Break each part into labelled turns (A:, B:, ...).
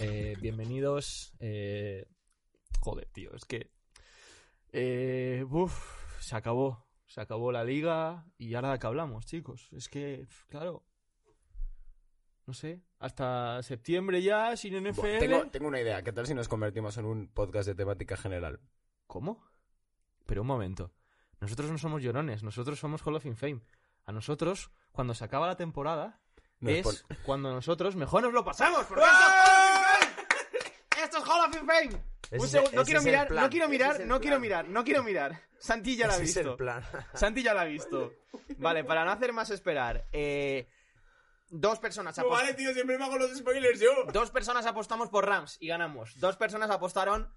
A: Eh, bienvenidos. eh, joder, tío, es que. eh, uf, se acabó. Se acabó la liga. Y ahora de qué hablamos, chicos. Es que, pf, claro. No sé. Hasta septiembre ya, sin NFL.
B: Buah, tengo, tengo una idea. ¿Qué tal si nos convertimos en un podcast de temática general?
A: ¿Cómo? Pero un momento. Nosotros no somos llorones, nosotros somos Hall of Fame. A nosotros, cuando se acaba la temporada,
B: Nos
A: es
B: pon-
A: cuando nosotros mejor nos lo pasamos. porque
B: ¡Ah!
C: Esto es Hall of Fame.
B: Ese
C: Un
B: es-
C: segundo, no
B: ese
C: quiero
B: es el
C: mirar,
B: plan,
C: no quiero
B: ese es
C: mirar,
B: el
C: no quiero
B: plan.
C: mirar, no quiero mirar. Santi ya la ha
B: Ese es el
C: visto.
B: plan.
C: Santi ya la ha visto. Vale, para no hacer más esperar, eh, dos personas apost-
B: tío, siempre me hago los spoilers yo.
C: dos personas apostamos por Rams y ganamos. Dos personas apostaron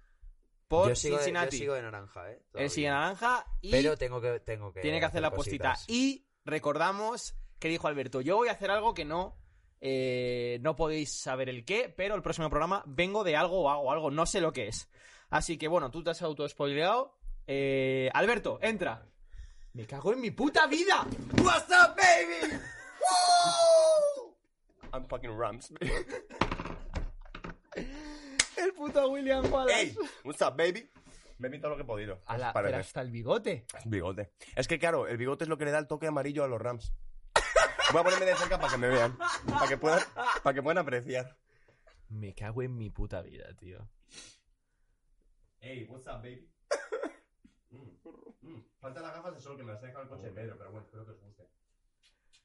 C: por
D: Yo sigo, de, yo
C: Cincinnati.
D: sigo de naranja, ¿eh?
C: El
D: Todavía.
C: sigue naranja y
D: Pero tengo que, tengo que.
C: tiene que hacer la postita.
D: cositas.
C: Y recordamos que dijo Alberto, yo voy a hacer algo que no, eh, no podéis saber el qué, pero el próximo programa vengo de algo o hago algo, no sé lo que es. Así que bueno, tú te has auto-spoileado. Eh, Alberto, entra. Me cago en mi puta vida.
B: What's up, baby? I'm fucking Rams.
C: El puto William Wallace.
B: Hey, what's up, baby? Me he pintado lo que he podido.
C: A la-
B: Pues Para
C: pero
B: ver.
C: hasta el bigote.
B: Bigote. Es que claro, el bigote es lo que le da el toque amarillo a los Rams. Voy a ponerme de cerca para que me vean. Para que puedan, para que puedan apreciar.
A: Me cago en mi puta vida, tío.
B: Hey, what's up, baby? Falta las gafas de sol que me las he dejado el coche de Pedro, pero bueno, espero que os guste.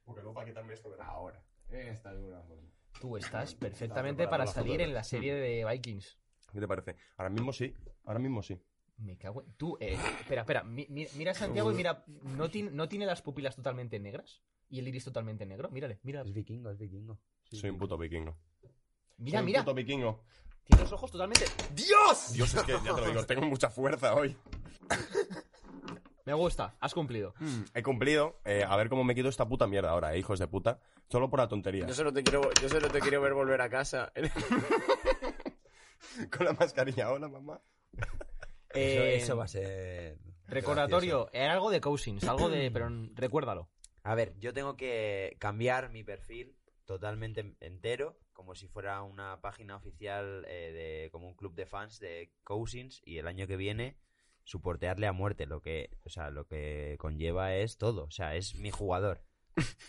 B: Porque luego para quitarme esto ahora. Esta es una buena.
A: Tú estás
B: perfectamente para salir en la serie
A: de Vikings.
B: ¿Qué te parece? Ahora mismo sí. Ahora mismo sí.
A: Me cago en. Tú, eh, espera, espera. mi- mi- mira a Santiago y mira. ¿no, tiene- ¿No tiene las pupilas totalmente negras? ¿Y el iris totalmente negro? Mírale, mira.
D: Es vikingo, es vikingo.
B: Soy un puto vikingo.
A: Mira,
B: Soy
A: mira.
B: Un puto vikingo.
A: Tiene los ojos totalmente.
B: ¡Dios! Dios, es que ya te lo digo, tengo mucha fuerza hoy.
A: Me gusta, has cumplido.
D: Mm.
B: He cumplido. eh, a ver cómo me quito esta puta mierda ahora, eh, hijos de puta. Solo por la tontería.
D: Yo solo, te quiero, yo solo te quiero ver volver a casa.
B: Con la mascarilla. Hola, mamá.
A: Eh,
D: eso, eso va a ser.
A: Recordatorio, era algo de Cousins, algo de. Pero mm, recuérdalo.
D: A ver, yo tengo que cambiar mi perfil totalmente en- entero, como si fuera una página oficial eh, de como un club de fans de Cousins y el año que viene suportearle a muerte, lo que, o sea, lo que conlleva es todo, o sea, es mi jugador.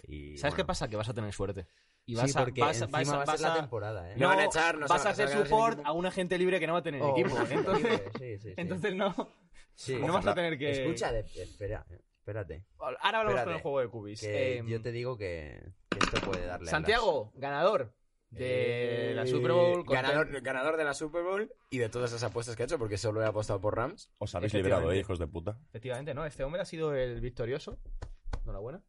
D: Y,
A: ¿Sabes qué
D: bueno,
A: pasa? Que vas a tener suerte. Y
D: sí,
A: vas a.
D: porque
A: vas a-
D: encima
A: vas a-
D: va a ser
A: vas
D: la
A: a-
D: temporada, ¿eh?
C: No,
B: van a echar, nos
C: vas
B: van
C: a
B: a
C: hacer
B: sacar del
C: support
B: equipo.
C: a un agente libre que no va a tener
D: Oh,
C: equipo.
D: sí,
C: Entonces,
D: sí, sí, sí.
C: entonces no,
D: Sí.
C: no vas a tener que.
D: Escucha, de- espera, eh, espérate.
C: Ahora hablamos
D: Espérate,
C: con el juego de Cubis.
D: Que
A: Em,
D: yo te digo que, que esto puede darle. alas.
A: Santiago, ganador de
D: Eh,
A: la Super Bowl. content-
C: ganador-
E: ganador de la Super Bowl y de todas las apuestas que ha hecho, porque solo he apostado por Rams.
B: Os habéis
A: Efectivamente.
B: liberado, eh, hijos de puta.
A: Efectivamente, ¿no? Este hombre ha sido el victorioso. Enhorabuena.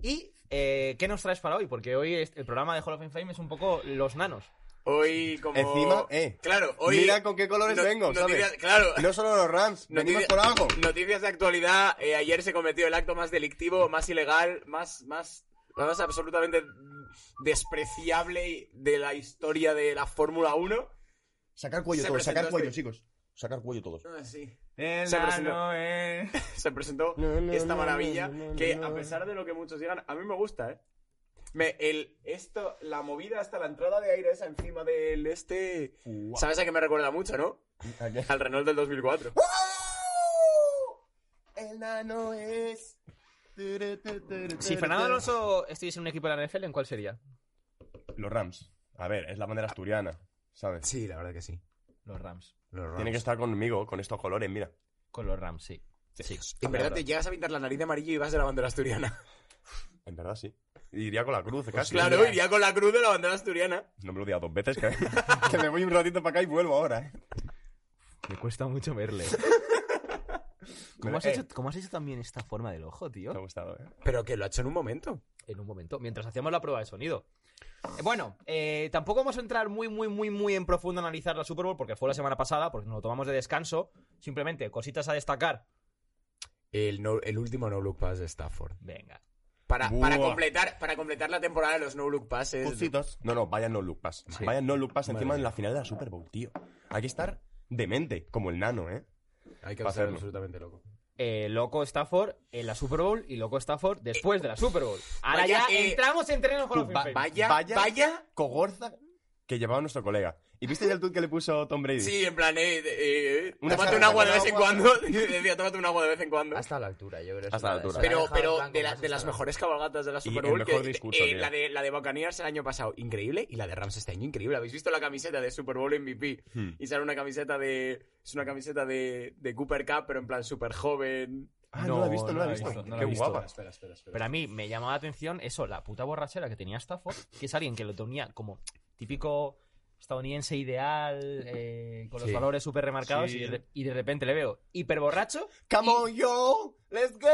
C: ¿Y eh, qué nos traes para hoy? Porque hoy es- el programa de Hall of Fame es un poco los nanos.
E: Hoy, como.
B: Encima, eh.
E: Claro, hoy.
B: Mira con qué colores
E: no-
B: vengo, ¿sabes?
E: noticias- Claro.
B: No solo los Rams, venimos
E: noticias-
B: por algo.
E: Noticias de actualidad. eh, ayer se cometió el acto más delictivo, más ilegal, más. más más absolutamente despreciable de la historia de la Fórmula 1.
B: Sacar cuello
E: Se
B: todos, sacar
E: presentó
B: cuello,
E: este-
B: chicos. Sacar cuello todos.
E: Ah, sí.
C: El
E: Se presentó. nano
C: eh.
E: Se presentó
B: No, no,
E: esta
B: no,
E: maravilla
B: no, no,
E: que,
B: no,
E: a
B: no.
E: pesar de lo que muchos digan, a mí me gusta, ¿eh? Me, el, esto, la movida hasta la entrada de aire esa encima del este... ¿Sabes a qué me recuerda mucho, no?
B: ¿A qué?
E: Al Renault del 2004.
B: El nano es.
A: Si Fernando Alonso estuviese en un equipo de la NFL, ¿en cuál sería?
B: Los Rams. A ver, es la bandera asturiana, ¿sabes?
E: Sí, la verdad que sí.
A: Los Rams.
B: Tiene que estar conmigo, con estos colores, mira.
A: Con los Rams, sí. Sí.
E: En verdad te llegas a pintar la nariz de amarillo y vas de la bandera asturiana.
B: En verdad, sí. Iría con la cruz,
A: Pues
B: casi.
E: claro, iría con la cruz de la bandera asturiana.
B: No me lo diga dos veces, que, que me voy un ratito para acá y vuelvo ahora, ¿eh?
A: Me cuesta mucho verle. ¿Cómo,
E: Pero,
A: has
E: eh.
A: hecho, ¿Cómo has hecho también esta forma del ojo, tío?
B: Me ha gustado, ¿eh?
E: Pero que lo ha hecho en un momento.
C: en un momento, mientras hacíamos la prueba de sonido. Eh, Bueno, eh, tampoco vamos a entrar muy, muy, muy, muy en profundo a analizar la Super Bowl porque fue la semana pasada, porque nos lo tomamos de descanso. Simplemente, cositas a destacar.
E: El, no- el último no look pass de Stafford.
C: Venga.
E: Para, para
B: Buah.
E: completar, para completar la temporada de los no look passes.
B: Justitos. No, no, vayan no look pass. Vayan no look pass encima en la final de la Super Bowl, tío. Hay que estar demente, como el nano, ¿eh?
E: Hay que
B: Va a
E: ser
B: serlo.
E: absolutamente loco.
C: Eh, loco Stafford en la Super Bowl y Loco Stafford después de la Super Bowl. Ahora
E: Vaya,
C: ya
E: eh,
C: entramos en terreno con
B: tú,
C: los
B: va-
C: Fame.
E: Vaya, vaya,
B: Vaya- Cogorza que llevaba nuestro colega. ¿Y viste ya el tuit que le puso Tom Brady?
E: Sí, en plan, eh, eh, eh,
B: Una
E: tómate
B: jarra
E: un agua de
B: con
E: vez en
B: agua.
E: cuando. Decía, tómate un agua de vez en cuando.
D: Hasta la altura, yo creo.
B: Hasta
D: eso
B: la
D: la-
B: altura.
D: eso la
E: Pero,
D: deja
E: pero
D: blanco
E: de, la-
D: más
E: de las
D: hasta la-
E: mejores cabalgatas de la Super
B: el
E: Bowl,
B: mejor
E: que,
B: discurso,
E: eh,
B: tío.
E: la, de, la de Buccaneers el año pasado, increíble, y la de Rams este año, increíble. ¿Habéis visto la camiseta de Super Bowl MVP?
B: Hmm.
E: Y sale una camiseta de... Es una camiseta de, de Cooper Cup, pero en plan súper joven.
B: Ah, no, la he visto, no la he visto.
A: no la
B: Qué
A: he visto.
B: guapa.
E: Espera, espera, espera.
C: Pero a mí me llamaba la atención eso, la puta borrachera que tenía Stafford, que es alguien que lo tenía como típico estadounidense ideal, eh, con los
E: Sí.
C: valores súper remarcados, y, de, y de repente le veo hiperborracho.
B: Come on, yo. Let's go.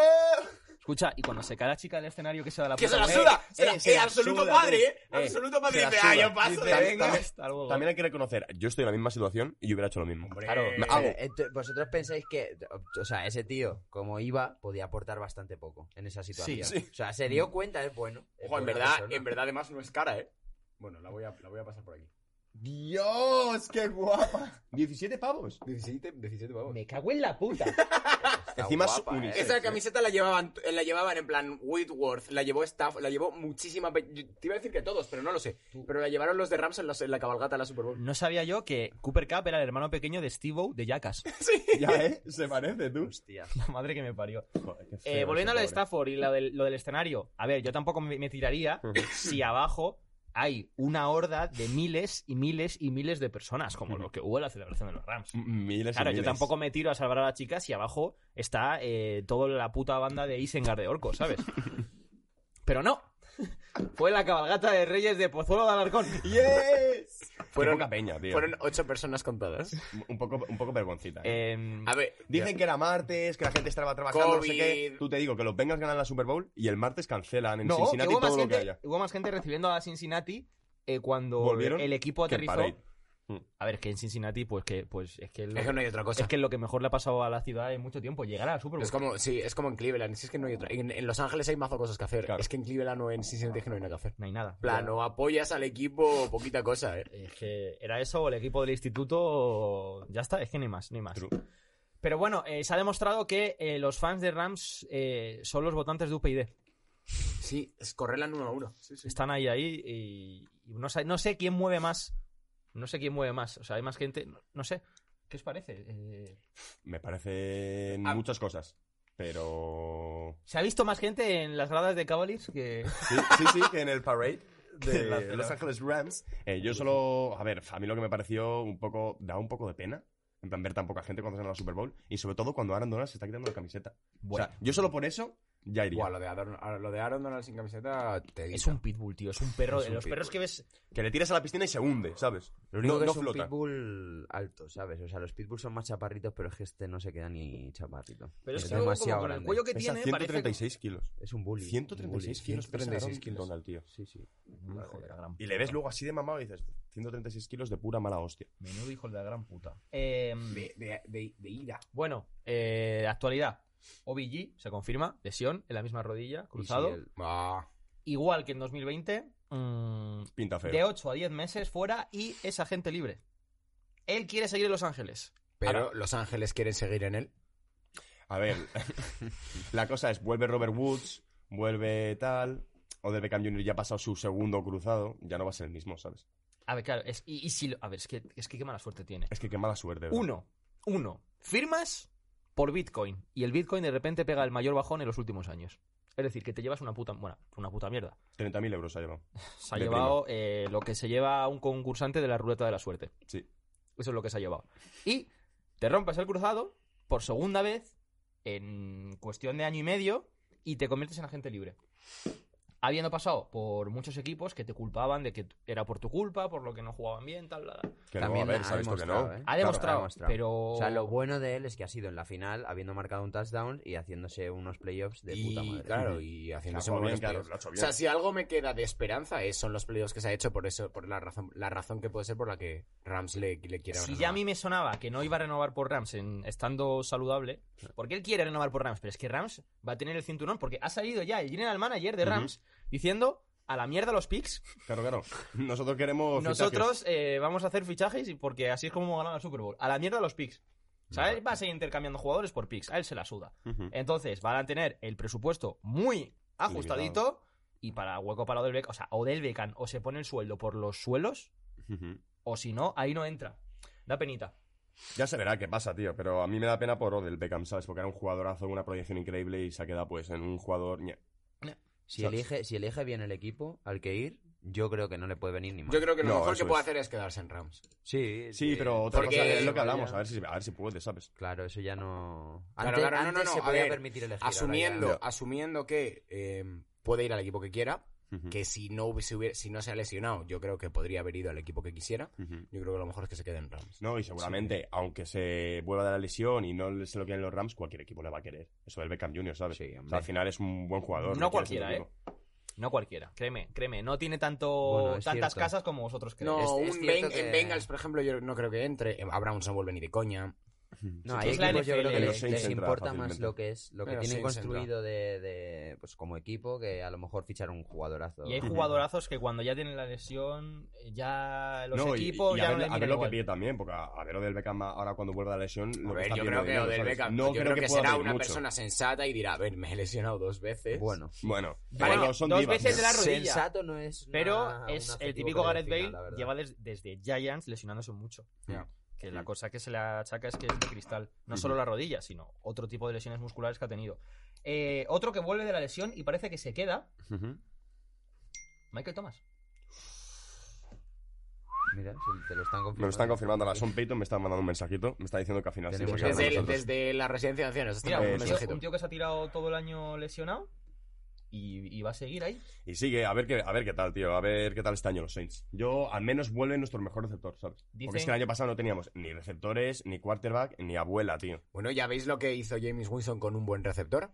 C: Escucha, y cuando se cae la chica del escenario que se da la
E: ¡Que se la
C: puta
E: suda!
B: Eh,
E: ¡Se la-
B: se
E: eh,
B: la
E: absoluto
B: suda,
E: padre,
B: tío.
E: eh!
B: Eh,
E: ¡Absoluto padre!
B: se la
E: Y dice, ah,
B: suda.
E: yo paso de
B: Tam-
E: venga.
B: tam-
C: Hasta luego.
B: También hay que reconocer, yo estoy en la misma situación y yo hubiera hecho lo mismo.
E: Hombre.
D: Claro,
B: Me
D: eh,
B: hago.
D: ento- vosotros pensáis que, o sea, ese tío, como iba, podía aportar bastante poco en esa situación.
B: Sí.
D: O sea, se dio cuenta, es bueno. es
E: Ojo, en
D: buena
E: verdad,
D: persona.
E: en verdad además no es cara, ¿eh? Bueno, la voy a, la voy a pasar por aquí.
B: Dios, qué guapa. 17 pavos.
E: 17, 17 pavos.
C: Me cago en la puta.
D: Está
B: Encima es
D: guapa,
B: unisex.
D: ¿eh?
E: Esa camiseta la llevaban, la llevaban en plan Whitworth, la llevó Staff, la llevó muchísima... pe- yo Te iba a decir que todos, pero no lo sé. Pero la llevaron los de Rams en, los- en la cabalgata de la Super Bowl.
C: No sabía yo que Cooper Cup era el hermano pequeño de Steve-O de Jackass.
B: Ya, ¿eh? Se parece, tú.
D: Hostia.
C: La madre que me parió.
B: Joder, qué
C: Eh,
B: feo
C: volviendo a
B: ese
C: lo de
B: pobre.
C: Stafford y lo del, lo del escenario. A ver, yo tampoco me, me tiraría si abajo hay una horda de miles y miles y miles de personas, como lo que hubo en la celebración de los Rams.
B: Miles y
C: Claro, yo
B: miles.
C: tampoco me tiro a salvar a la chica si abajo está eh, toda la puta banda de Isengard de orcos, ¿sabes? Pero no. Fue la cabalgata de Reyes de Pozuelo de Alarcón.
B: ¡Yes!
E: Fueron-
B: Fueron, poca peña, tío.
E: Fueron ocho personas contadas.
B: Un, poco, un poco vergoncita. ¿eh?
C: Em,
E: A ver,
B: Dicen que era martes, que la gente estaba trabajando, no sé qué.
E: COVID.
B: Tú te digo que los Bengals ganan la Super Bowl y el martes cancelan en
C: no, que
B: Cincinnati
C: hubo, más
B: todo lo que
C: gente,
B: haya.
C: hubo más gente recibiendo a Cincinnati eh, cuando
B: Volvieron
C: el equipo
B: Que el
C: aterrizó.
B: parade.
C: A ver, que en Cincinnati, pues que pues es que lo-
E: es que no hay otra cosa.
C: es que lo que mejor le ha pasado a la ciudad en mucho tiempo, llegar a la Super Bowl.
E: Es como, sí, es como en Cleveland. si es que no hay otra. En, en Los Ángeles hay mazo cosas que hacer.
B: Claro.
E: Es que en Cleveland o en Cincinnati es que no hay nada que hacer.
C: No hay nada.
E: Plano, apoyas al equipo, poquita cosa, ¿eh?
C: Es que era eso, o el equipo del instituto, o- ya está, es que ni más, ni más.
B: True.
C: Pero bueno, eh, se ha demostrado que eh, los fans de Rams eh, son los votantes de UPyD.
E: Sí, es correrla en uno a uno. Sí, sí.
C: Están ahí, ahí, y, y no, sé, no sé quién mueve más. No sé quién mueve más. O sea, hay más gente, no, no sé. ¿Qué os parece? Eh,
B: Me parecen
E: Ah.
B: muchas cosas. Pero.
C: ¿Se ha visto más gente en las gradas de Cavaliers que...?
B: Sí, sí, sí, que en el parade
C: La
B: de
C: cena.
B: Los Ángeles Rams. eh, yo solo. A ver, a mí lo que me pareció un poco. Da un poco de pena. En plan, ver tan poca gente cuando se gana la Super Bowl. Y sobre todo cuando Aaron Donald se está quitando la camiseta.
C: Bueno,
B: O sea, yo solo por eso ya iría.
E: Buah, lo de, Aaron, lo de Aaron Donald sin camiseta te
C: es
E: guisa.
C: un pitbull, tío. Es un perro.
E: Es
C: de
E: un
C: los perros
E: pitbull.
C: que ves...
B: Que le tiras a la piscina y se hunde, ¿sabes?
D: Lo único
B: no,
D: que
B: no
D: es un
B: flota.
D: pitbull alto, ¿sabes? O sea, los pitbulls son más chaparritos, pero es que este no se queda ni chaparrito.
C: Pero es que luego, como
D: demasiado
C: con el
D: grande.
C: cuello que
B: Pesa
C: tiene, parece...
B: 136 kilos.
D: Es un bully.
B: 136 kilos pesa Aaron
D: kilos.
B: Donald, tío.
D: Sí, sí.
C: Hijo de la gran
B: Y le ves luego así de mamado y dices, 136 kilos de pura mala hostia.
C: Menudo hijo de la gran puta. Eh,
E: De, de, de, de ira.
C: bueno, eh, actualidad. OBG se confirma, lesión en la misma rodilla, cruzado.
D: Y sí, el-
E: Ah,
C: Igual que en 2020, mm,
B: Pinta feo.
C: de 8 a 10 meses fuera y es agente libre. Él quiere seguir en Los Ángeles.
E: pero Los Ángeles quieren seguir en él.
B: A ver, la cosa es, vuelve Robert Woods, vuelve tal, o de Beckham Jr. ya ha pasado su segundo cruzado, ya no va a ser el mismo, ¿sabes?
C: A ver, claro, es, y, y si lo- a ver, es que, es que qué mala suerte tiene.
B: Es que qué mala suerte. ¿verdad?
C: Uno, uno, firmas por Bitcoin y el Bitcoin de repente pega el mayor bajón en los últimos años. Es decir, que te llevas una puta, bueno, una puta mierda.
B: 30.000 euros ha llevado.
C: Se ha
B: De
C: llevado eh, lo que se lleva un concursante de la ruleta de la suerte.
B: Sí.
C: Eso es lo que se ha llevado. Y te rompes el cruzado por segunda vez en cuestión de año y medio y te conviertes en agente libre. habiendo pasado por muchos equipos que te culpaban de que era por tu culpa, por lo que no jugaban bien, tal, bla, bla.
B: Que
D: También
B: no, a ver,
D: ha
B: se ha visto que no.
D: demostrado, ¿eh?
C: Ha
D: Claro,
C: demostrado,
D: ha demostrado.
C: pero...
D: O sea, lo bueno de él es que ha sido en la final, habiendo marcado un touchdown y haciéndose unos playoffs de
E: Y,
D: puta madre.
E: claro,
D: y
B: Lo ha
D: haciéndose
B: hecho
D: unos
B: bien, claro,
D: playoffs.
B: lo ha hecho
E: O
B: bien.
E: sea, si algo me queda de esperanza es, son los playoffs que se ha hecho por eso, por la razón, la razón que puede ser por la que Rams le, le quiere
C: Si
E: renovar.
C: ya a mí me sonaba que no iba a renovar por Rams en- estando saludable, porque él quiere renovar por Rams, pero es que Rams va a tener el cinturón porque ha salido ya el general manager de
B: Ujú.
C: Rams diciendo a la mierda los picks,
B: Claro, claro. Nosotros queremos. fichajes.
C: nosotros eh, vamos a hacer fichajes y porque así es como hemos ganado el Super Bowl, a la mierda los picks. O sea, él va a seguir intercambiando jugadores por picks, a él se la suda.
B: Ujú.
D: eh.
C: Entonces van a tener el presupuesto muy ajustadito y para hueco para Odell Beckham, o sea, Odell Beckham o se pone el sueldo por los suelos
B: Ujú.
C: o si no, ahí no entra. Da penita.
B: Ya se verá qué pasa, tío. Pero a mí me da pena por Odell Beckham, ¿sabes? Porque era un jugadorazo, una proyección increíble y se ha quedado, pues, en un jugador. ñe.
D: Si elige, si elige bien el equipo al que ir, yo creo que no le puede venir ni mal.
E: Yo creo que lo
B: No,
E: mejor
B: eso
E: que puede
B: es.
E: hacer es quedarse en Rams.
D: Sí,
B: Sí,
D: sí, eh,
B: pero otra
E: Porque-
B: cosa es lo que
D: vaya.
B: hablamos. A ver si, a ver si puede, ¿sabes?
D: Claro, eso ya no.
E: Claro,
D: Antes,
E: claro, no, no,
D: antes
E: no,
D: se
E: a
D: podía
E: ver,
D: permitir elegir. ahora ya
E: Asumiendo,
D: no.
E: asumiendo que eh, puede ir al equipo que quiera,
B: Ujú.
E: que si no, hubiese- hubiera- si no se ha lesionado, yo creo que podría haber ido al equipo que quisiera.
B: Ujú.
E: Yo creo que lo mejor es que se quede en Rams.
B: No, y seguramente, aunque se vuelva de la lesión y no se lo quieren los Rams, cualquier equipo le va a querer. Eso del Beckham Jr., ¿sabes?
D: Sí,
B: O sea,
D: hombre.
B: al final es un buen jugador.
C: No
B: lo quieres en tu
C: cualquiera,
B: equipo.
C: No cualquiera, créeme, créeme. No tiene tanto
D: Bueno, es
C: tantas
D: cierto.
C: casas como vosotros creéis.
E: No,
D: Es- es
E: un
D: cierto
E: Ben- en
D: que-
E: Bengals, por ejemplo, yo no creo que entre. Eh, Abrams no vuelve ni de coña.
D: No,
C: Sí,
D: hay
C: es la
D: equipos yo creo
C: NFL,
D: que
C: los
D: les,
B: Saints
D: les
B: entra
D: importa
B: fácilmente.
D: más lo que es lo que
E: Bueno,
D: tienen
E: Saints
D: construido de, de, pues como equipo que a lo mejor fichar un
C: Y
D: jugadorazo.
C: hay jugadorazos que cuando ya tienen la lesión, ya los
B: No, y-
C: equipos
B: y,
C: ya
B: a
C: no
B: ver,
C: les
B: a
C: miran
B: ver lo que
C: igual.
B: pide también, porque a, a ver Odell Beckham ahora cuando vuelva de la lesión... lo
E: A
B: que
E: ver,
B: está
E: yo
B: pidiendo
E: creo que
B: dinero,
E: Odell
B: ¿sabes?
E: Beckham.
B: No
E: yo creo, que, será
B: pedir
E: una
B: mucho.
E: persona sensata y dirá, a ver, me he lesionado dos veces.
D: Bueno,
B: Bueno,
C: Vale,
B: pero son
C: dos
B: divas,
C: veces
B: ¿no?
C: de la rodilla.
D: sensato no es.
C: Pero
D: una- un
C: es el
D: adjetivo
C: típico
D: que
C: Gareth
D: defina, la
C: Bale,
D: verdad.
C: lleva des- desde Giants lesionándose mucho.
E: Ya.
C: Que la cosa que se le achaca es que es de cristal. No solo la rodilla, sino otro tipo de lesiones musculares que ha tenido. Eh, otro que vuelve de la lesión y parece que se queda,
B: Ujú.
C: Michael Thomas.
D: Mira, se- te lo están confirmando.
B: Me lo están confirmando. La Son Peyton me está mandando un mensajito. Me está diciendo que al final... sí
D: Tenemos
B: se queda
E: desde,
B: con
E: el-
B: nosotros.
E: desde la residencia de ancianos.
C: Mira,
B: Eh,
C: un
B: sí.
C: tío,
E: mensajito.
C: un tío que se ha tirado todo el año lesionado y, y va a seguir ahí.
B: Y sigue, a ver, qué, a ver qué tal, tío. A ver qué tal este año los Saints. Yo, al menos, vuelve nuestro mejor receptor, ¿sabes?
C: Dicen-
B: Porque es que el año pasado no teníamos ni receptores, ni quarterback, ni abuela, tío.
E: Bueno, ya veis lo que hizo James Wilson con un buen receptor.